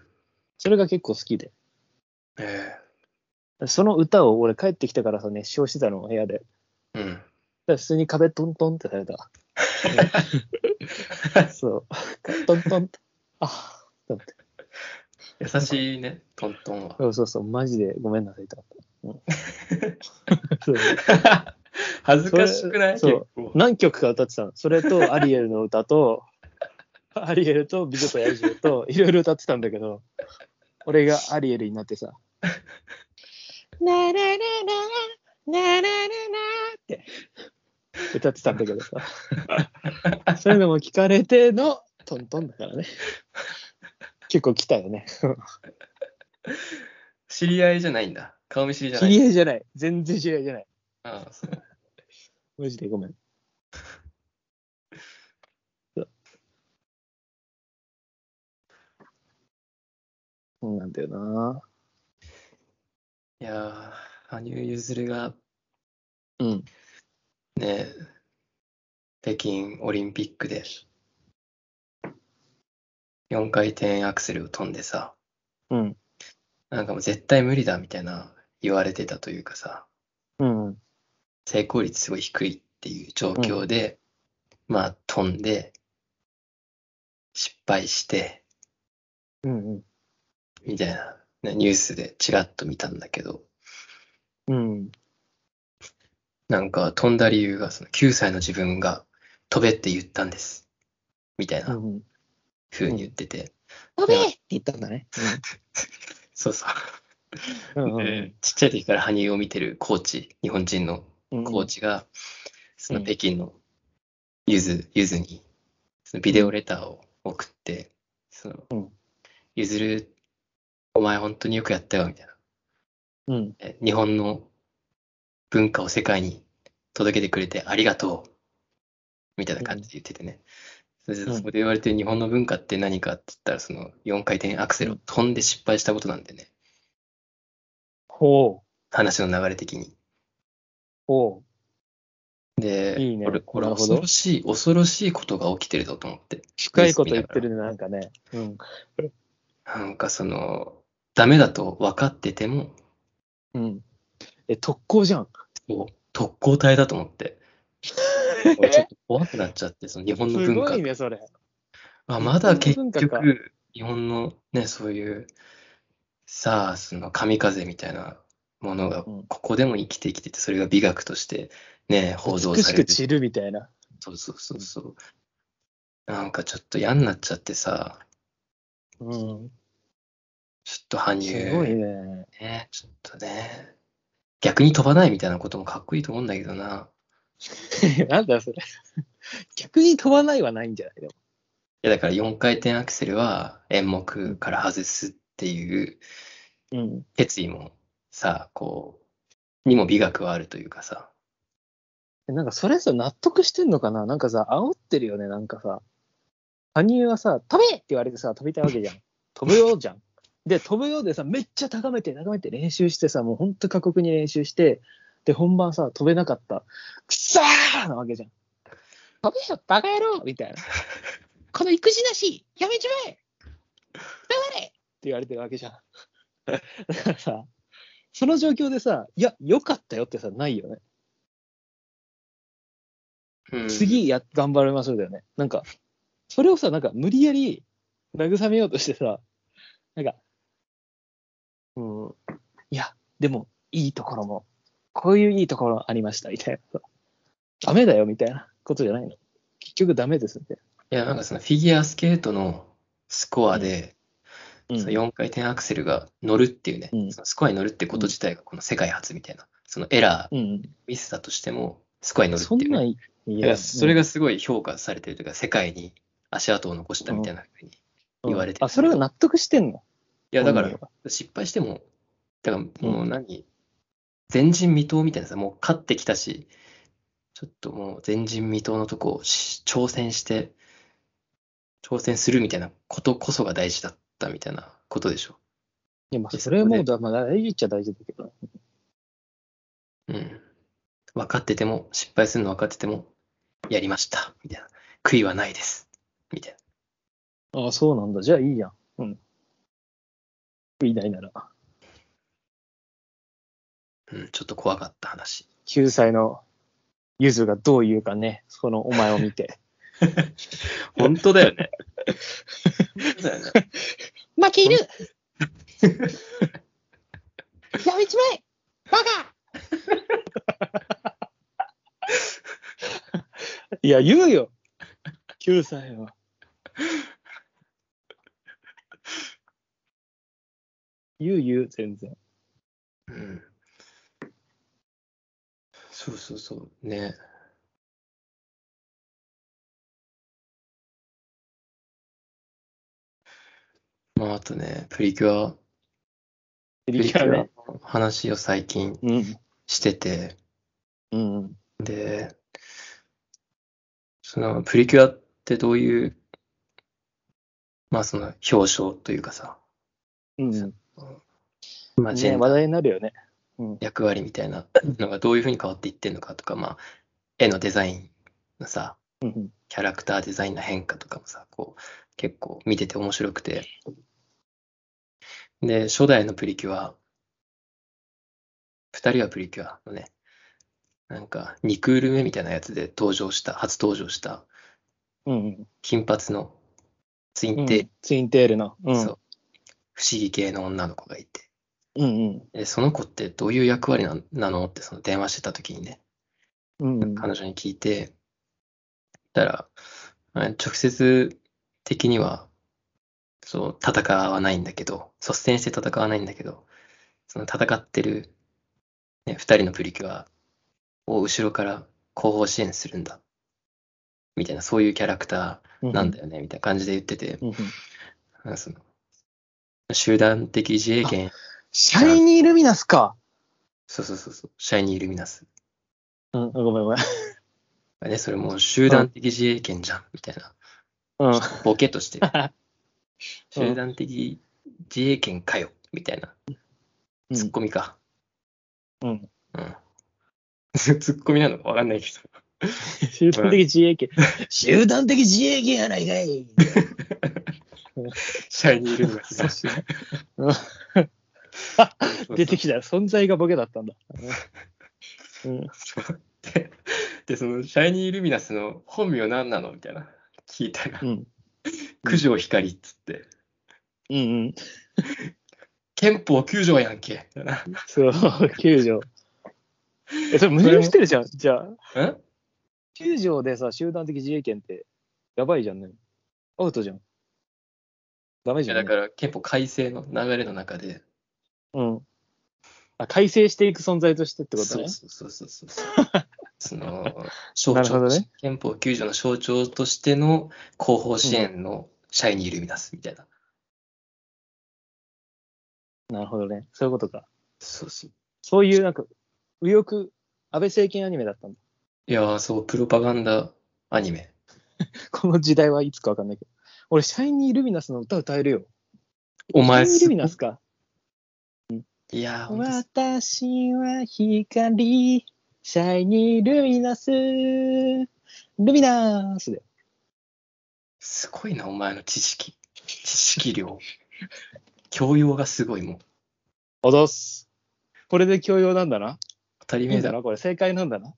S1: それが結構好きで。
S2: え
S1: その歌を俺帰ってきたからさ、熱唱してたの、部屋で。だか
S2: えうん。
S1: ら普通に壁トントンってされ た。そう。トントンって。あだって。
S2: 優しいね、トントンは。
S1: そうそうそう、マジでごめんなさいと思 った。うんそう
S2: 恥ずかしくない
S1: それ
S2: 結構
S1: 何曲か歌ってたの。それとアリエルの歌と、アリエルと美女と野獣といろいろ歌ってたんだけど、俺がアリエルになってさ、なららら、ならららって、歌ってたんだけどさ。そういうのも聞かれてのトントンだからね。結構来たよね。
S2: 知り合いじゃないんだ。顔見知りじゃ
S1: 知
S2: ない。
S1: り合いじゃない。全然知り合いじゃない。
S2: ああ、そう。
S1: マジでごめん。そうそうなんだよない
S2: やー、羽生結弦が
S1: うん。
S2: ね、北京オリンピックで4回転アクセルを飛んでさ、
S1: うん。
S2: なんかもう絶対無理だみたいな言われてたというかさ、
S1: うん。
S2: 成功率すごい低いっていう状況で、まあ飛んで、失敗して、
S1: うん。
S2: みたいな、ね、ニュースでちらっと見たんだけど、
S1: うん。
S2: なんか飛んだ理由がその9歳の自分が飛べって言ったんです。みたいな
S1: うん。
S2: 風に言ってて。
S1: 飛
S2: べー
S1: って言ったんだね。
S2: そうそう。
S1: うん。
S2: でちっちゃい時から羽生を見てるコーチ、日本人の
S1: うん
S2: コー。チが、その
S1: うん
S2: 北京のゆず、ゆずに、そのビデオレターを送って、その
S1: うん、
S2: ゆずる、お前本当によくやったよ、みたいな。
S1: うん。
S2: え日本の文化を世界に届けてくれてありがとうみたいな感じで言っててね。それ
S1: うん
S2: でそこで言われてる日本の文化って何かって言ったら、その4回転アクセルを飛んで失敗したことなんでね、
S1: ほう。
S2: 話の流れ的に。
S1: ほ
S2: で、
S1: いいね
S2: これ、これ
S1: なるほど
S2: 恐ろしい、恐ろしいことが起きてるぞと思って。
S1: う。深いこと言ってるね、なんかね。うん。
S2: なんかその、ダメだと分かってても、
S1: うん。え、特攻じゃん。
S2: こう特攻隊だと思 って、俺ちょっと怖くなっちゃって、その日本の
S1: す
S2: 文
S1: ご
S2: 化
S1: いね、それ。
S2: あ、まだ
S1: 日
S2: 結
S1: 本の文化か
S2: 局、日本のね、そういう、さあ、その神風みたいなものが、
S1: うん
S2: ここでも生きてきてて、それが美学としてね、報道
S1: 美
S2: さ
S1: し
S2: れ
S1: く
S2: る。
S1: 散るみたいな。
S2: そうそうそうそう。なんかちょっと嫌になっちゃってさ、
S1: うん。
S2: ちょっと羽
S1: すごい
S2: 生、
S1: ね。
S2: ね、ちょっとね、逆に飛ばないみたいなこともかっこいいと思うんだけどな。
S1: なんだそれ。 逆に飛ばないはないんじゃないでも。
S2: いや、だから4回転アクセルは演目から外すっていう
S1: うん。
S2: 決意もさ、こう、にも美学はあるというかさ。
S1: なんかそれさ、納得してんのかななんかさ、煽ってるよね、なんかさ。羽生はさ、飛べって言われてさ、飛びたいわけじゃん。飛ぶようじゃん。で、飛ぶようでさ、めっちゃ高めて、高めて練習してさ、もうほんと過酷に練習して、で、本番さ、飛べなかった。くさーなわけじゃん。飛べよ、バカ野郎みたいな。この育児なし、やめちまえ黙れって言われてるわけじゃん。だからさ、その状況でさ、いや、良かったよってさ、ないよね。
S2: うん
S1: 次や、頑張りましょうだよね。なんか、それをさ、なんか無理やり慰めようとしてさ、なんか、うん、いや、でも、いいところも、こういういいところありました、みたいな。ダメだよ、みたいなことじゃないの。結局ダメですって。
S2: いや、なんかそのフィギュアスケートのスコアで、
S1: うん
S2: その4回転アクセルが乗るっていうね、
S1: うん
S2: そのスコアに乗るってこと自体がこの世界初みたいな、そのエラー、
S1: うん。
S2: ミスだとしても、スコアに乗るって
S1: そん
S2: いう、
S1: な
S2: ね。
S1: い、い
S2: だからそれがすごい評価されてるというか、世界に足跡を残したみたいなふうに。い言われてる
S1: あ、それが納得してんの
S2: や、だか
S1: 本人は
S2: ら失敗しても、だからもう何、前人未到みたいなさ、もう勝ってきたし、ちょっともう前人未到のとこをし挑戦して、挑戦するみたいなことこそが大事だったみたいなことでしょ。
S1: いや、まあ、
S2: で
S1: それはもう
S2: そ
S1: だ、まあ、大事っちゃ大事だけど。
S2: うん。分かってても、失敗するの分かってても、やりました。みたいな。悔いはないです。みたい
S1: ああ、そうなんだ。じゃあいいやん。うん。いないなら。
S2: な。うん、ちょっと怖かった話。
S1: 9歳のゆずがどう言うかね、そのお前を見て。
S2: 本当だよね。 本当だよね。
S1: 負けるやめちまえバカ いや、言うよ !9 歳は。言う言う、全然。
S2: うん。そうそうそう。ね。とね、プリキュア、
S1: プ
S2: プリキュアの。話を最近
S1: うん。
S2: してて、
S1: うん。
S2: で、そのプリキュアってどういう、まあその表彰というかさ、
S1: うん。
S2: まあジ
S1: ね、
S2: ェンダ
S1: 話
S2: ー
S1: 題になるよね。
S2: 役割みたいなのがどういうふうに変わっていってんのかとか、まあ絵のデザインのさ、
S1: うん。
S2: キャラクターデザインの変化とかもさ、こう、結構見てて面白くて。で、初代のプリキュア、二人はプリキュアのね、なんか、2クール目みたいなやつで登場した、初登場した、
S1: うん。
S2: 金髪のツイ
S1: う
S2: ン
S1: ん
S2: テール、
S1: ツインテールの。うん。
S2: そう、不思議系の女の子がいて、
S1: うん
S2: でその子ってどういう役割ななのってその電話してた時にね、
S1: うん。うん。
S2: 彼女に聞いて、たら、あ直接的には、そう、戦わないんだけど、率先して戦わないんだけど、その戦ってる、ね、二人のプリキュアを後ろから後方支援するんだ。みたいな、そういうキャラクターなんだよね、みたいな感じで言ってて、
S1: うんうん。
S2: あその集団的自衛権、
S1: シャイニー・ルミナスか。
S2: そうそうそうそう、シャイニー・ルミナス。
S1: うん。ごめんごめん。
S2: ね、それもう集団的自衛権じゃん、みたいな。
S1: うん。
S2: ボケとして
S1: うん
S2: 集団的自衛権かよみたいな
S1: うん
S2: ツッコミか
S1: うん。
S2: うん、 ツッコミなのかわかんないけ
S1: 集団的自衛権。 集団的自衛権やないかい。
S2: どシャイニールミナスだし
S1: うん出てきた存在がボケだったんだ。うん。
S2: そうででそのシャイニールミナスの本名何なのみたいな聞いたら
S1: うん。
S2: 九条光っつって
S1: うんうん。
S2: 憲法九条やんけみたいな
S1: そう、救条。え、それ矛盾してるじゃん。じゃあ、
S2: うん
S1: 救条でさ、集団的自衛権って、やばいじゃんね。アウトじゃん。ダメ
S2: い
S1: じ
S2: や
S1: ゃん、
S2: だ
S1: ね。
S2: から憲法改正の流れの中で
S1: うん。あ、改正していく存在としてってことね。
S2: そうそうそうそうそう。そ の象
S1: なるほ
S2: 徴
S1: ど
S2: と
S1: ね
S2: して、憲法9条の象徴としての後方支援の社員にルミナスみたいな。
S1: なるほどね。そういうことか。
S2: そうそう。
S1: そういう、なんか、右翼、安倍政権アニメだったんだ。
S2: いやー、そう、プロパガンダアニメ。
S1: この時代はいつかわかんないけど。俺、シャイニー・ルミナスの歌歌えるよ。
S2: お前
S1: シャイニー・
S2: す
S1: ルミナスか。
S2: いやー、ほんとす
S1: 私は光、シャイニー・ルミナス、ルミナースで。
S2: すごいな、お前の知識。知識量。教養がすごいもう。
S1: おどす。これで教養なんだな。
S2: 当たり
S1: いい
S2: 前
S1: んだ
S2: だろ。
S1: な、これ正解なんだな。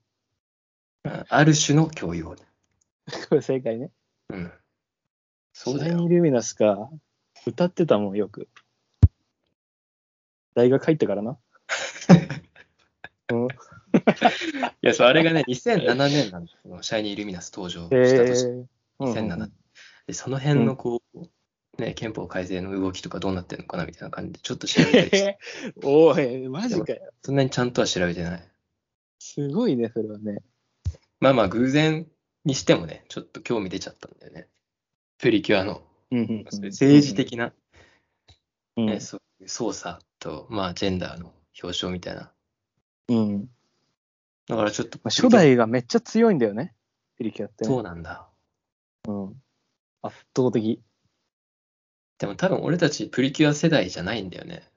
S2: うんある種の教養。
S1: これ正解ね。
S2: うん。そうだ
S1: シャイニ
S2: よ。
S1: ー・ルミナスか。歌ってたもん、よく。大学入ってから な。うん、
S2: いや、そう、あれがね、2007年なんですよ。シャイニー・ルミナス登場し
S1: え
S2: た年。
S1: ー、
S2: 2007でその辺のこう、ね、憲法改正の動きとかどうなってるのかなみたいな感じで、ちょっと調べたり して、
S1: え おい、マジかよ。
S2: そんなにちゃんとは調べてない。
S1: すごいね、それはね。
S2: まあまあ、偶然にしてもね、ちょっと興味出ちゃったんだよね。プリキュアの、
S1: うんうんうん
S2: そういう政治的な、
S1: うん
S2: ねそういう操作と、まあ、ジェンダーの表彰みたいな。
S1: うん
S2: だからちょっと、
S1: まあ、初代がめっちゃ強いんだよね、プリキュアって、ね
S2: そうなんだ。
S1: うん。圧倒的。
S2: でも多分俺たちプリキュア世代じゃないんだよね。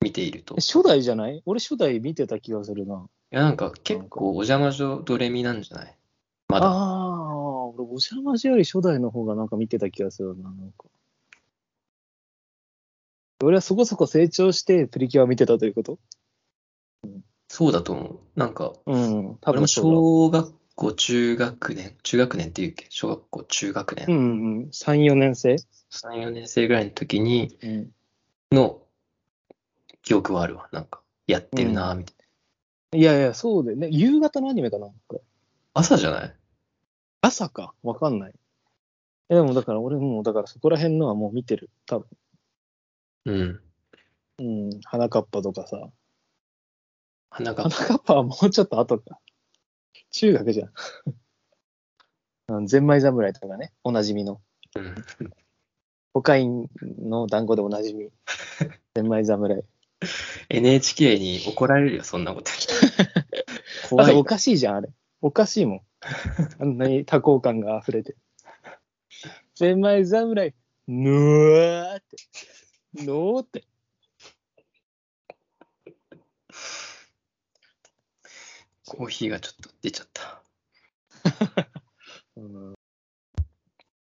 S2: 見ていると。
S1: え
S2: い
S1: 初代じゃない俺初代見てた気がするな。
S2: や、なんか結構お邪魔女ドレミなんじゃないま
S1: あ
S2: だ。
S1: あ、俺、お邪魔しより初代の方がなんか見てた気がするな、なんか。俺はそこそこ成長してプリキュア見てたということ
S2: そうだと思う。なんか、
S1: うん、多
S2: 俺も
S1: 分そう
S2: 小学校、中学年、中学年っていうっけ小学校、中学
S1: だ。う
S2: 年、
S1: ん、うん、3、4年生
S2: 3、4年生ぐらいの時に
S1: うん。
S2: の記憶はあるわ。なんか、やってるなぁ、みたいな。
S1: いやいや、そうだよね。夕方のアニメかなこれ。
S2: 朝じゃない
S1: 朝かわかんない。えでもだから俺もうだからそこら辺のはもう見てる。多分
S2: うん。
S1: うん、花かっぱとかさ。
S2: 花が
S1: 花、かっぱはもうちょっと後か。中学じゃん。 うん、ゼンマイ侍とかね、おなじみの。
S2: うん。
S1: コカインの団子でおなじ み、千枚侍。
S2: NHK に怒られるよ、そん なこと。
S1: あ
S2: 怖
S1: れ
S2: い
S1: お。かしいじゃん、あれ。おかしい もん。あんなに多幸感が溢れて。千枚侍、ぬわーって。のーって。
S2: コーヒーがちょっと出ちゃった。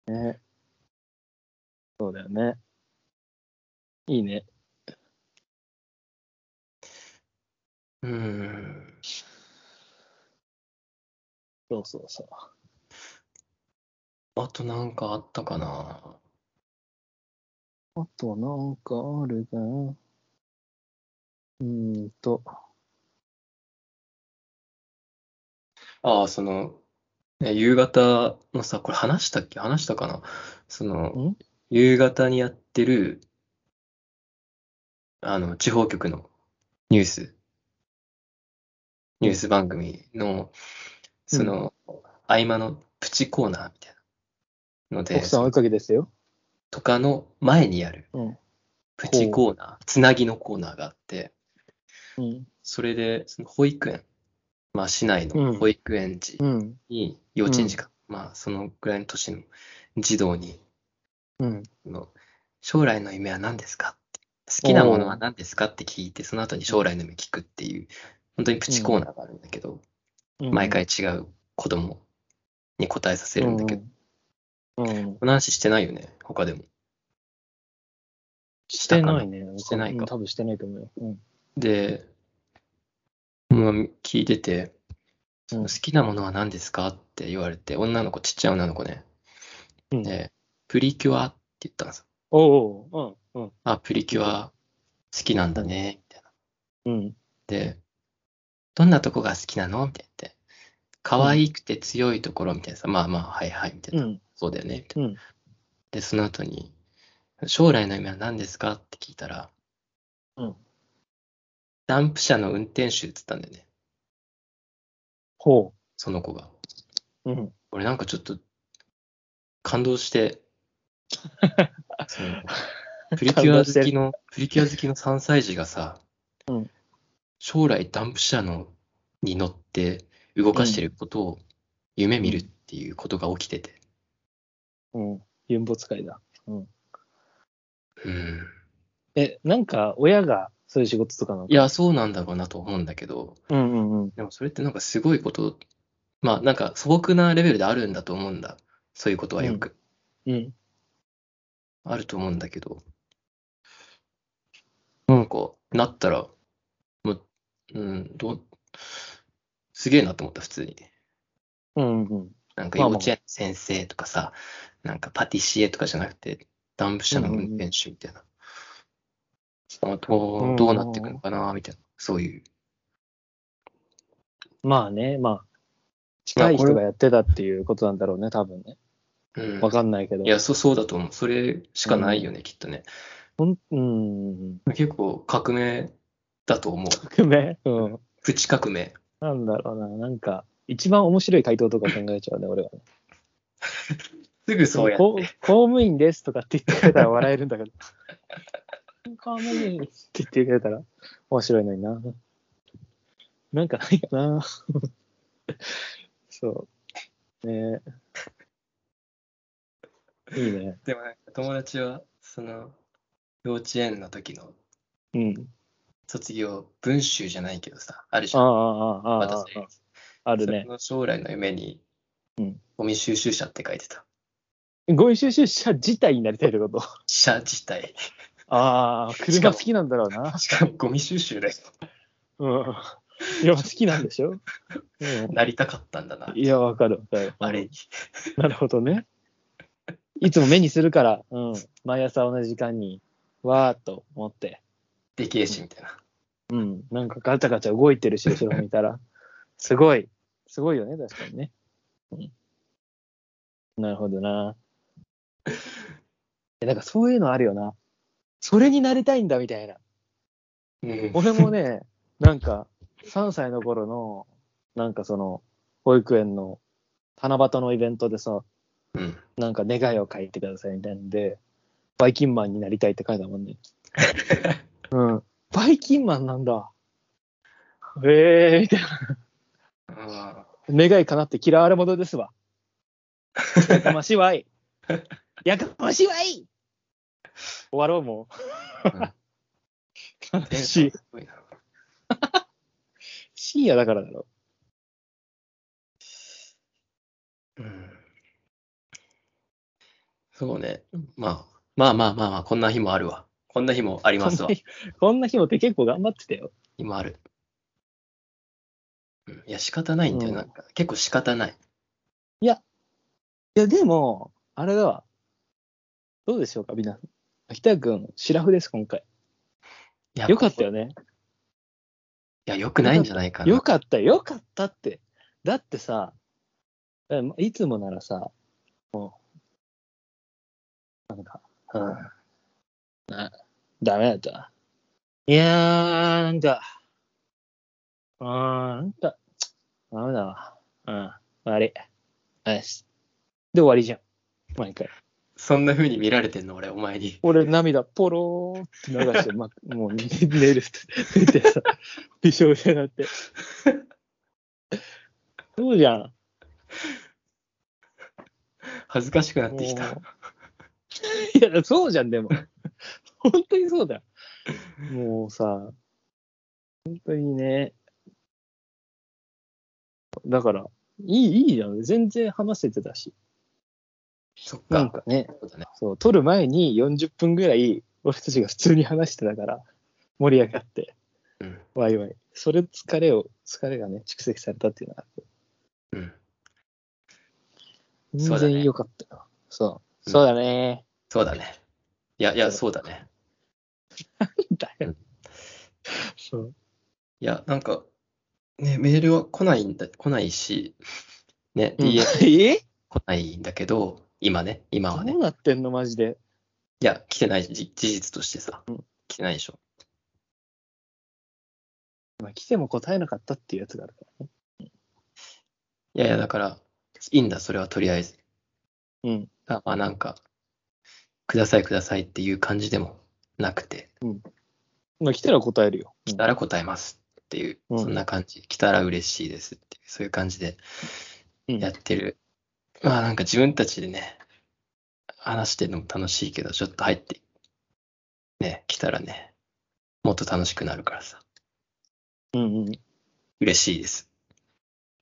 S1: ね。そうだよね。いいね。
S2: うーん。
S1: そうそうそう。
S2: あとなんかあったかな
S1: あとなんかあるかな。うーんと。
S2: ああ、その、ね夕方のさ、これ話したっけ話したかなその
S1: ん、
S2: 夕方にやってる、あの、地方局のニュース、ニュース番組の、その、合間のプチコーナーみたいなので、
S1: 奥さん追いかけですよ。
S2: とかの前にやる
S1: うん。
S2: プチコーナー、つなぎのコーナーがあって、
S1: うん。
S2: それで、その保育園、まあ市内
S1: う
S2: の
S1: ん
S2: 保育園児
S1: うん。
S2: に、幼稚園児か、まあそのぐらいの年の児童に、
S1: うん。
S2: あの将来の夢は何ですかって好きなものは何ですかって聞いて、その後に将来の夢聞くっていう、本当にプチコーナーがあるんだけど、毎回違う子供に答えさせるんだけど、
S1: うん。うん。
S2: この話してないよね、他でも。
S1: してないね。
S2: してないか
S1: うん多分してないと思うよ。うん。
S2: で、まあ、聞いてて、
S1: う
S2: 好きなものは何ですかって言われて、女の子、ちっちゃい女の子ね、
S1: ん。
S2: で、プリキュアって言ったんですよ。
S1: おうおううん。うん。
S2: あ、プリキュア好きなんだね、みたいな。
S1: うん。
S2: で、どんなとこが好きなのみたいな。可愛くて強いところみたいなさ、まあまあ、はいはい、みたいな。
S1: うん。
S2: そうだよね、みたいな。
S1: うん。
S2: で、その後に、将来の夢は何ですかって聞いたら、
S1: うん。
S2: ダンプ車の運転手って言ったんだよね、
S1: ほ
S2: その子が。
S1: う。うん。
S2: 俺なんかちょっと感動して、そのプリキュア好きの、プリキュア好きの3歳児がさ、
S1: うん
S2: 将来ダンプ車のに乗って動かしてることを夢見るっていうことが起きてて、
S1: うん。ユンボ使いだ。
S2: うん。
S1: え、なんか親がそういう仕事とかなの
S2: いや、そうなんだろうなと思うんだけど、
S1: うんうんうん。
S2: でもそれってなんかすごいこと、まあなんか素朴なレベルであるんだと思うんだ。そういうことはよく。
S1: うん。
S2: あると思うんだけど、なんか、なったら、もう、うん、どう、すげえなと思った、普通に。
S1: うんうん。
S2: なんか
S1: ま
S2: 幼
S1: あまあ
S2: 稚園の先生とかさ、なんかパティシエとかじゃなくて、ダンプ車の運転手みたいな。あどうどうなっていくのかな、みたいな。そういう。
S1: まあね、まあ、近い人がやってたっていうことなんだろうね、多分ね。
S2: うん、
S1: わかんないけど。
S2: いや、そう、そうだと思う。それしかないよね、きっとね。
S1: ほん、うん。
S2: 結構革命だと思う。
S1: 匿名うん。
S2: プチ革命。
S1: なんだろうな、なんか、一番面白い回答とか考えちゃうね、俺はね。
S2: すぐそうやっ
S1: こ
S2: て。
S1: 公務員ですとかって言ってくれたら笑えるんだけど。公務員って言ってくれたら面白いのにな。なんかないかな。 そう。ねえ。いいね。
S2: でもなんか友達は、その、幼稚園の時の
S1: うん。
S2: 卒業文集じゃないけどさ、あるじ
S1: あ
S2: ゃん。
S1: あ、ああ、ああ、あ
S2: 私
S1: あある
S2: そ
S1: ね。
S2: の将来の夢に
S1: うん、
S2: ゴミ収集車って書いてた。
S1: ゴミ収集車自体になりたいってこと。
S2: 車自体。
S1: ああ、
S2: し
S1: 車
S2: かも
S1: 好きなんだろうな。
S2: しかもゴミ収集で
S1: うん。いや、好きなんでしょ。うん。
S2: なりたかったんだな。
S1: いや、わかる。わかる
S2: あれに。
S1: なるほどね。いつも目にするから、うん。毎朝同じ時間に、わーっと思って、
S2: でけえし、みたいな。
S1: うん。なんかガチャガチャ動いてるし、後ろ見たら。 すごい。すごいよね、確かにね。うんなるほどな。えなんかそういうのあるよな。それになりたいんだ、みたいな。
S2: うん。
S1: 俺もね、なんか、3歳の頃の、なんかその、保育園の七夕のイベントでさ、
S2: うん。
S1: なんか願いを書いてくださいみたいなんで、バイキンマンになりたいって書いてあるもん ね。うん。バイキンマンなんだ。ええみたいな。
S2: うん
S1: 願いかなって嫌われ者ですわ。やかましいわい。やかましいわい終わろうもう。し、
S2: すごいな
S1: 深夜だからだろ。
S2: うんそうね。まあ、まあまあまあまあ、こんな日もあるわ。こんな日もあり
S1: こ
S2: ま
S1: ん
S2: す
S1: な
S2: わ。
S1: 日こんな日もって結構頑張ってたよ。
S2: 今ある。うんいや、仕方ないんだよ。
S1: うん
S2: なんか、結構仕方ない。
S1: いや、でも、あれだわ。どうでしょうか、皆さん。秋田君、シラフです、今回。
S2: いや
S1: よかった
S2: い
S1: よね。
S2: や、よくないんじゃないかな。
S1: よかった、よかったって。だってさ、えいつもならさ、もう、なんか、うん。あダメだった。いやー、なんか、うーん、なんか、ダメだわ。うん、悪い。よし。で、終わりじゃん。毎回。
S2: そんな風に見られてんの、俺、お前に。
S1: 俺涙ポローって流して、ま、もう寝寝るって寝てさ、びしょびしょになって。そうじゃん。
S2: 恥ずかしくなってき
S1: も
S2: た。
S1: ういや、そうじゃん、でも。本当にそうだよ。もうさ、本当にね。だから、いい、いいじゃん。全然話せてたし。
S2: そっ
S1: なん
S2: か。
S1: かね、
S2: そうだね
S1: そう、撮る前に40分ぐらい、俺たちが普通に話してたから、盛り上がって。
S2: うん。
S1: わいわい。それ疲れを、疲れがね、蓄積されたっていうのがあって、
S2: うん。そ
S1: 全
S2: うだね
S1: 然良かったよ。そう。
S2: うん
S1: そうだね。
S2: そうだね。いや、いや、そうだね。
S1: だよ。そう。
S2: いや、なんか、ね、メールは来ないんだ、来ないし、ね、
S1: い
S2: DM
S1: え
S2: 来ないんだけど、今ね、今
S1: ど
S2: はね
S1: う。なってんのマジで。
S2: いや、来てない、じ事実としてさ
S1: うん、
S2: 来てないでしょ。
S1: まあ、来ても答えなかったっていうやつがあるか
S2: いやいや、だから、いいんだ、それはとりあえず。
S1: ら。うん。
S2: あまあ、なんか、ください、くださいっていう感じでもなくて、
S1: まあ、来たら答えるよ。
S2: 来たら答えますっていう、
S1: うん
S2: そんな感じ。来たら嬉しいですっていう、そういう感じで
S1: うん
S2: やってる。まあ、なんか自分たちでね、話してるのも楽しいけど、ちょっと入って、ね、来たらね、もっと楽しくなるからさ、
S1: うんうん。
S2: 嬉しいです。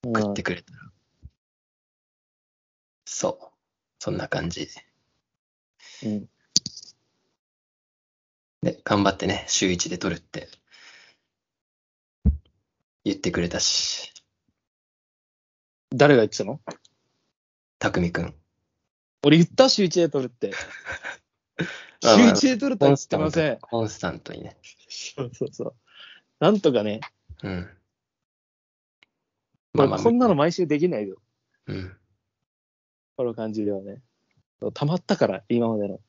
S1: まあ
S2: 送ってくれたら。そう。そんな感じ。
S1: うん
S2: で、頑張ってね、週一で撮るって言ってくれたし、
S1: 誰が言ってたの
S2: たくみくん。
S1: 俺言った週1で撮るって。
S2: あ ま
S1: 週
S2: あ
S1: 1で撮るとは言ってません。
S2: コンスタントにね。
S1: そうそうそう。なんとかね、
S2: うん。
S1: まあ、こんなの、毎週できないよ。
S2: うん。
S1: この感じではね。そう溜まったから、今までの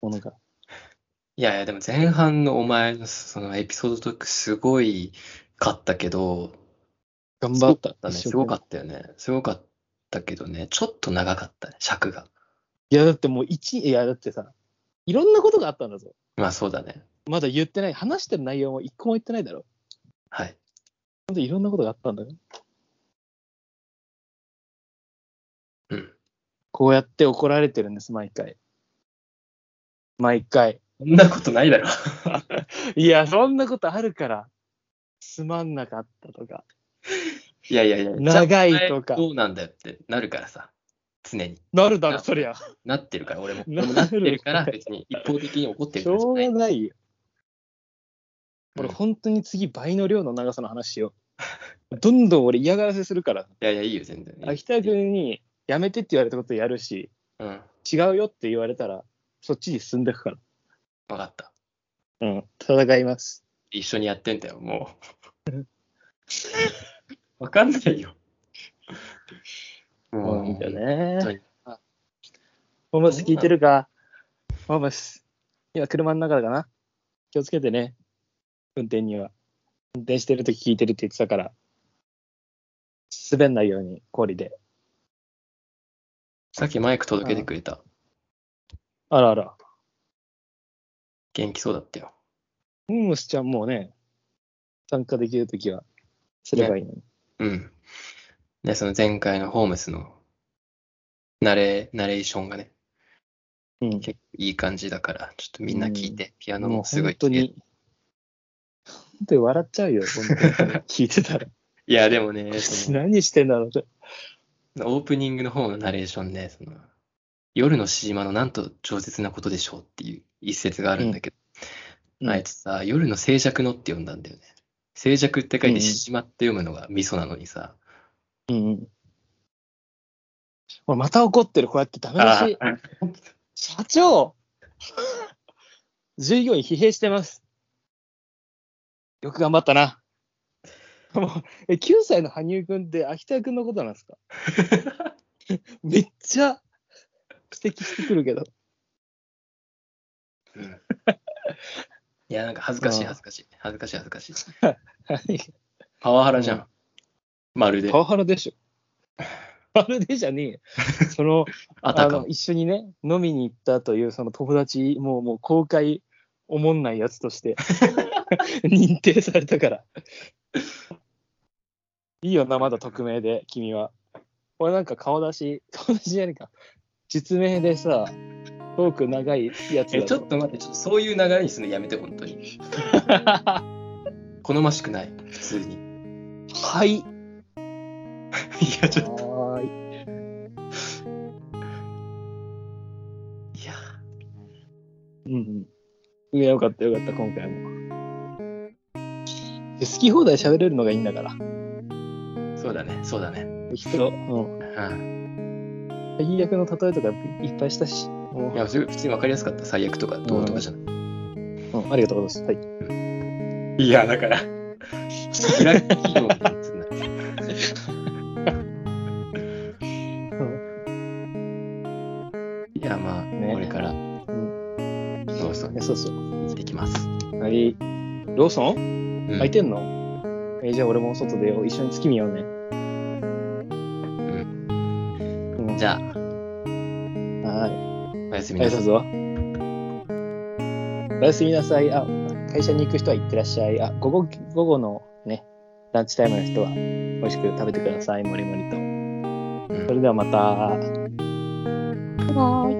S1: ものが。
S2: いやいや、でも前半のお前のそのエピソードトークすごいかったけど、
S1: 頑張った。
S2: だね、
S1: 一生
S2: す
S1: 懸命
S2: ごかったよね。すごかったけどね、ちょっと長かったね、尺が。
S1: いや、だってもう一、いや、だってさ、いろんなことがあったんだぞ。
S2: まあそうだね。
S1: まだ言ってない。話してる内容も一個も言ってないだろ。
S2: はい。
S1: ほんといろんなことがあったんだよ。
S2: うん。
S1: こうやって怒られてるんです、毎回。毎回。
S2: そんなことないだろ。
S1: いや、そんなことあるから。つまんなかったとか。
S2: いやいやいや、
S1: 長いとか
S2: じゃあお前どうなんだよってなるからさ、常に。
S1: なるだろ、
S2: な
S1: そりゃ。
S2: なってるから、俺も。
S1: な
S2: 俺
S1: る
S2: もなってる から、別に一方的に怒ってる
S1: し
S2: わけじ
S1: ょ
S2: ゃ
S1: う
S2: ない
S1: がないよ。
S2: うん
S1: 俺、本当に次、倍の量の長さの話しよう。どんどん俺嫌がらせするから。
S2: いやいや、いいよ、全然。
S1: 秋田君に、やめてって言われたことやるし、
S2: うん、わ
S1: 違うよって言われたら、そっちに進んでくから。
S2: かった。
S1: うん、戦います。
S2: 一緒にやってんだよ、も う。わかんないよ。
S1: もういいんだよね。
S2: ね。
S1: ホームス聞いてるかホームス。今、車の中だな。気をつけてね。運転には。運転してるとき聞いてるって言ってたから。滑んないように、氷で。
S2: さっきマイク届けてくれた。
S1: あらあら。
S2: 元気そうだったよ。
S1: ムームスちゃんもね、参加できるときは、すればいいのに。
S2: うん。で、その前回のホームスのナレナレーションがね、
S1: うん、
S2: 結構いい感じだから、ちょっとみんな聞いて、ピアノ
S1: もう
S2: もすごい
S1: 本
S2: 聴
S1: 当
S2: ける
S1: に、本当に笑っちゃ うよ、本当に聞いてたら。
S2: いや、でも ね、その
S1: 何してんだろうって。
S2: オープニングの方のナレーションで、その夜のシジマのなんと饒舌なことでしょうっていう一節があるんだけど、あいつさ、夜の静寂のって呼んだんだよね。静寂って書い
S1: うんう
S2: て
S1: ん
S2: シジマって読むのがミソなのにさ、
S1: うんうん。おいまた怒ってる、こうやってダメ
S2: あ
S1: 出し。
S2: ー
S1: 社長従業員疲弊してます。よく頑張ったな。もうえ9歳の羽生くんって秋田くんのことなんです かめっちゃ指摘してくるけど。
S2: うんいや、なんか恥ずかしい
S1: あー
S2: 恥ずかしい、恥ずかしい恥ずかしい。
S1: はい
S2: パワハラじゃ。
S1: うん
S2: まるで
S1: パ、ワハ ラでしょ。 パワハラでじゃねえよ。その、
S2: あ
S1: あ
S2: たか
S1: の
S2: も。
S1: 一緒にね、飲みに行ったという、その友達、もうもう公開、おもんないやつと して認定されたから。いいよな、まだ匿名で、君は。俺なんか顔出し、顔出しじゃねえか。実名でさ、トーク長いやつだ
S2: え、ちょっと待 って、ちょっとそういう流れにするのやめて、本当に。好ましくない、普通に。 い
S1: はい。
S2: や、ちょっと、
S1: はーい。
S2: いや、
S1: うんうん。いや、よかったよかった、今回も。で好き放題喋れるのがいいんだから。
S2: そうだね、そうだね。
S1: 人、うん。
S2: うん
S1: 最悪の例えとかいっぱいしたし。もう
S2: いや、それ普通に分かりやすかった、最悪とか、どうとかじゃな
S1: うん、ありがとうございます。はい。
S2: い。いや、だから、裏企業みたいにすんなうんいや、まあ、
S1: ね
S2: これから、
S1: ん
S2: そうそう、
S1: えそうそう。
S2: 生きてきます。
S1: はい。ローソン
S2: うん
S1: 開いてんの、えじゃあ俺も外で一緒に月見ようね。うん
S2: じ
S1: ゃ
S2: ゃあ、
S1: あ。は
S2: おやす
S1: い。
S2: み
S1: 挨
S2: なさい。
S1: 拶はおやすみなさい。あ、会社に行く人は行ってらっしゃい。あ、午後、午後のね、ランチタイムの人は美味しく食べてください。もりもりと。
S2: うん
S1: それではまた。
S3: バイバイ。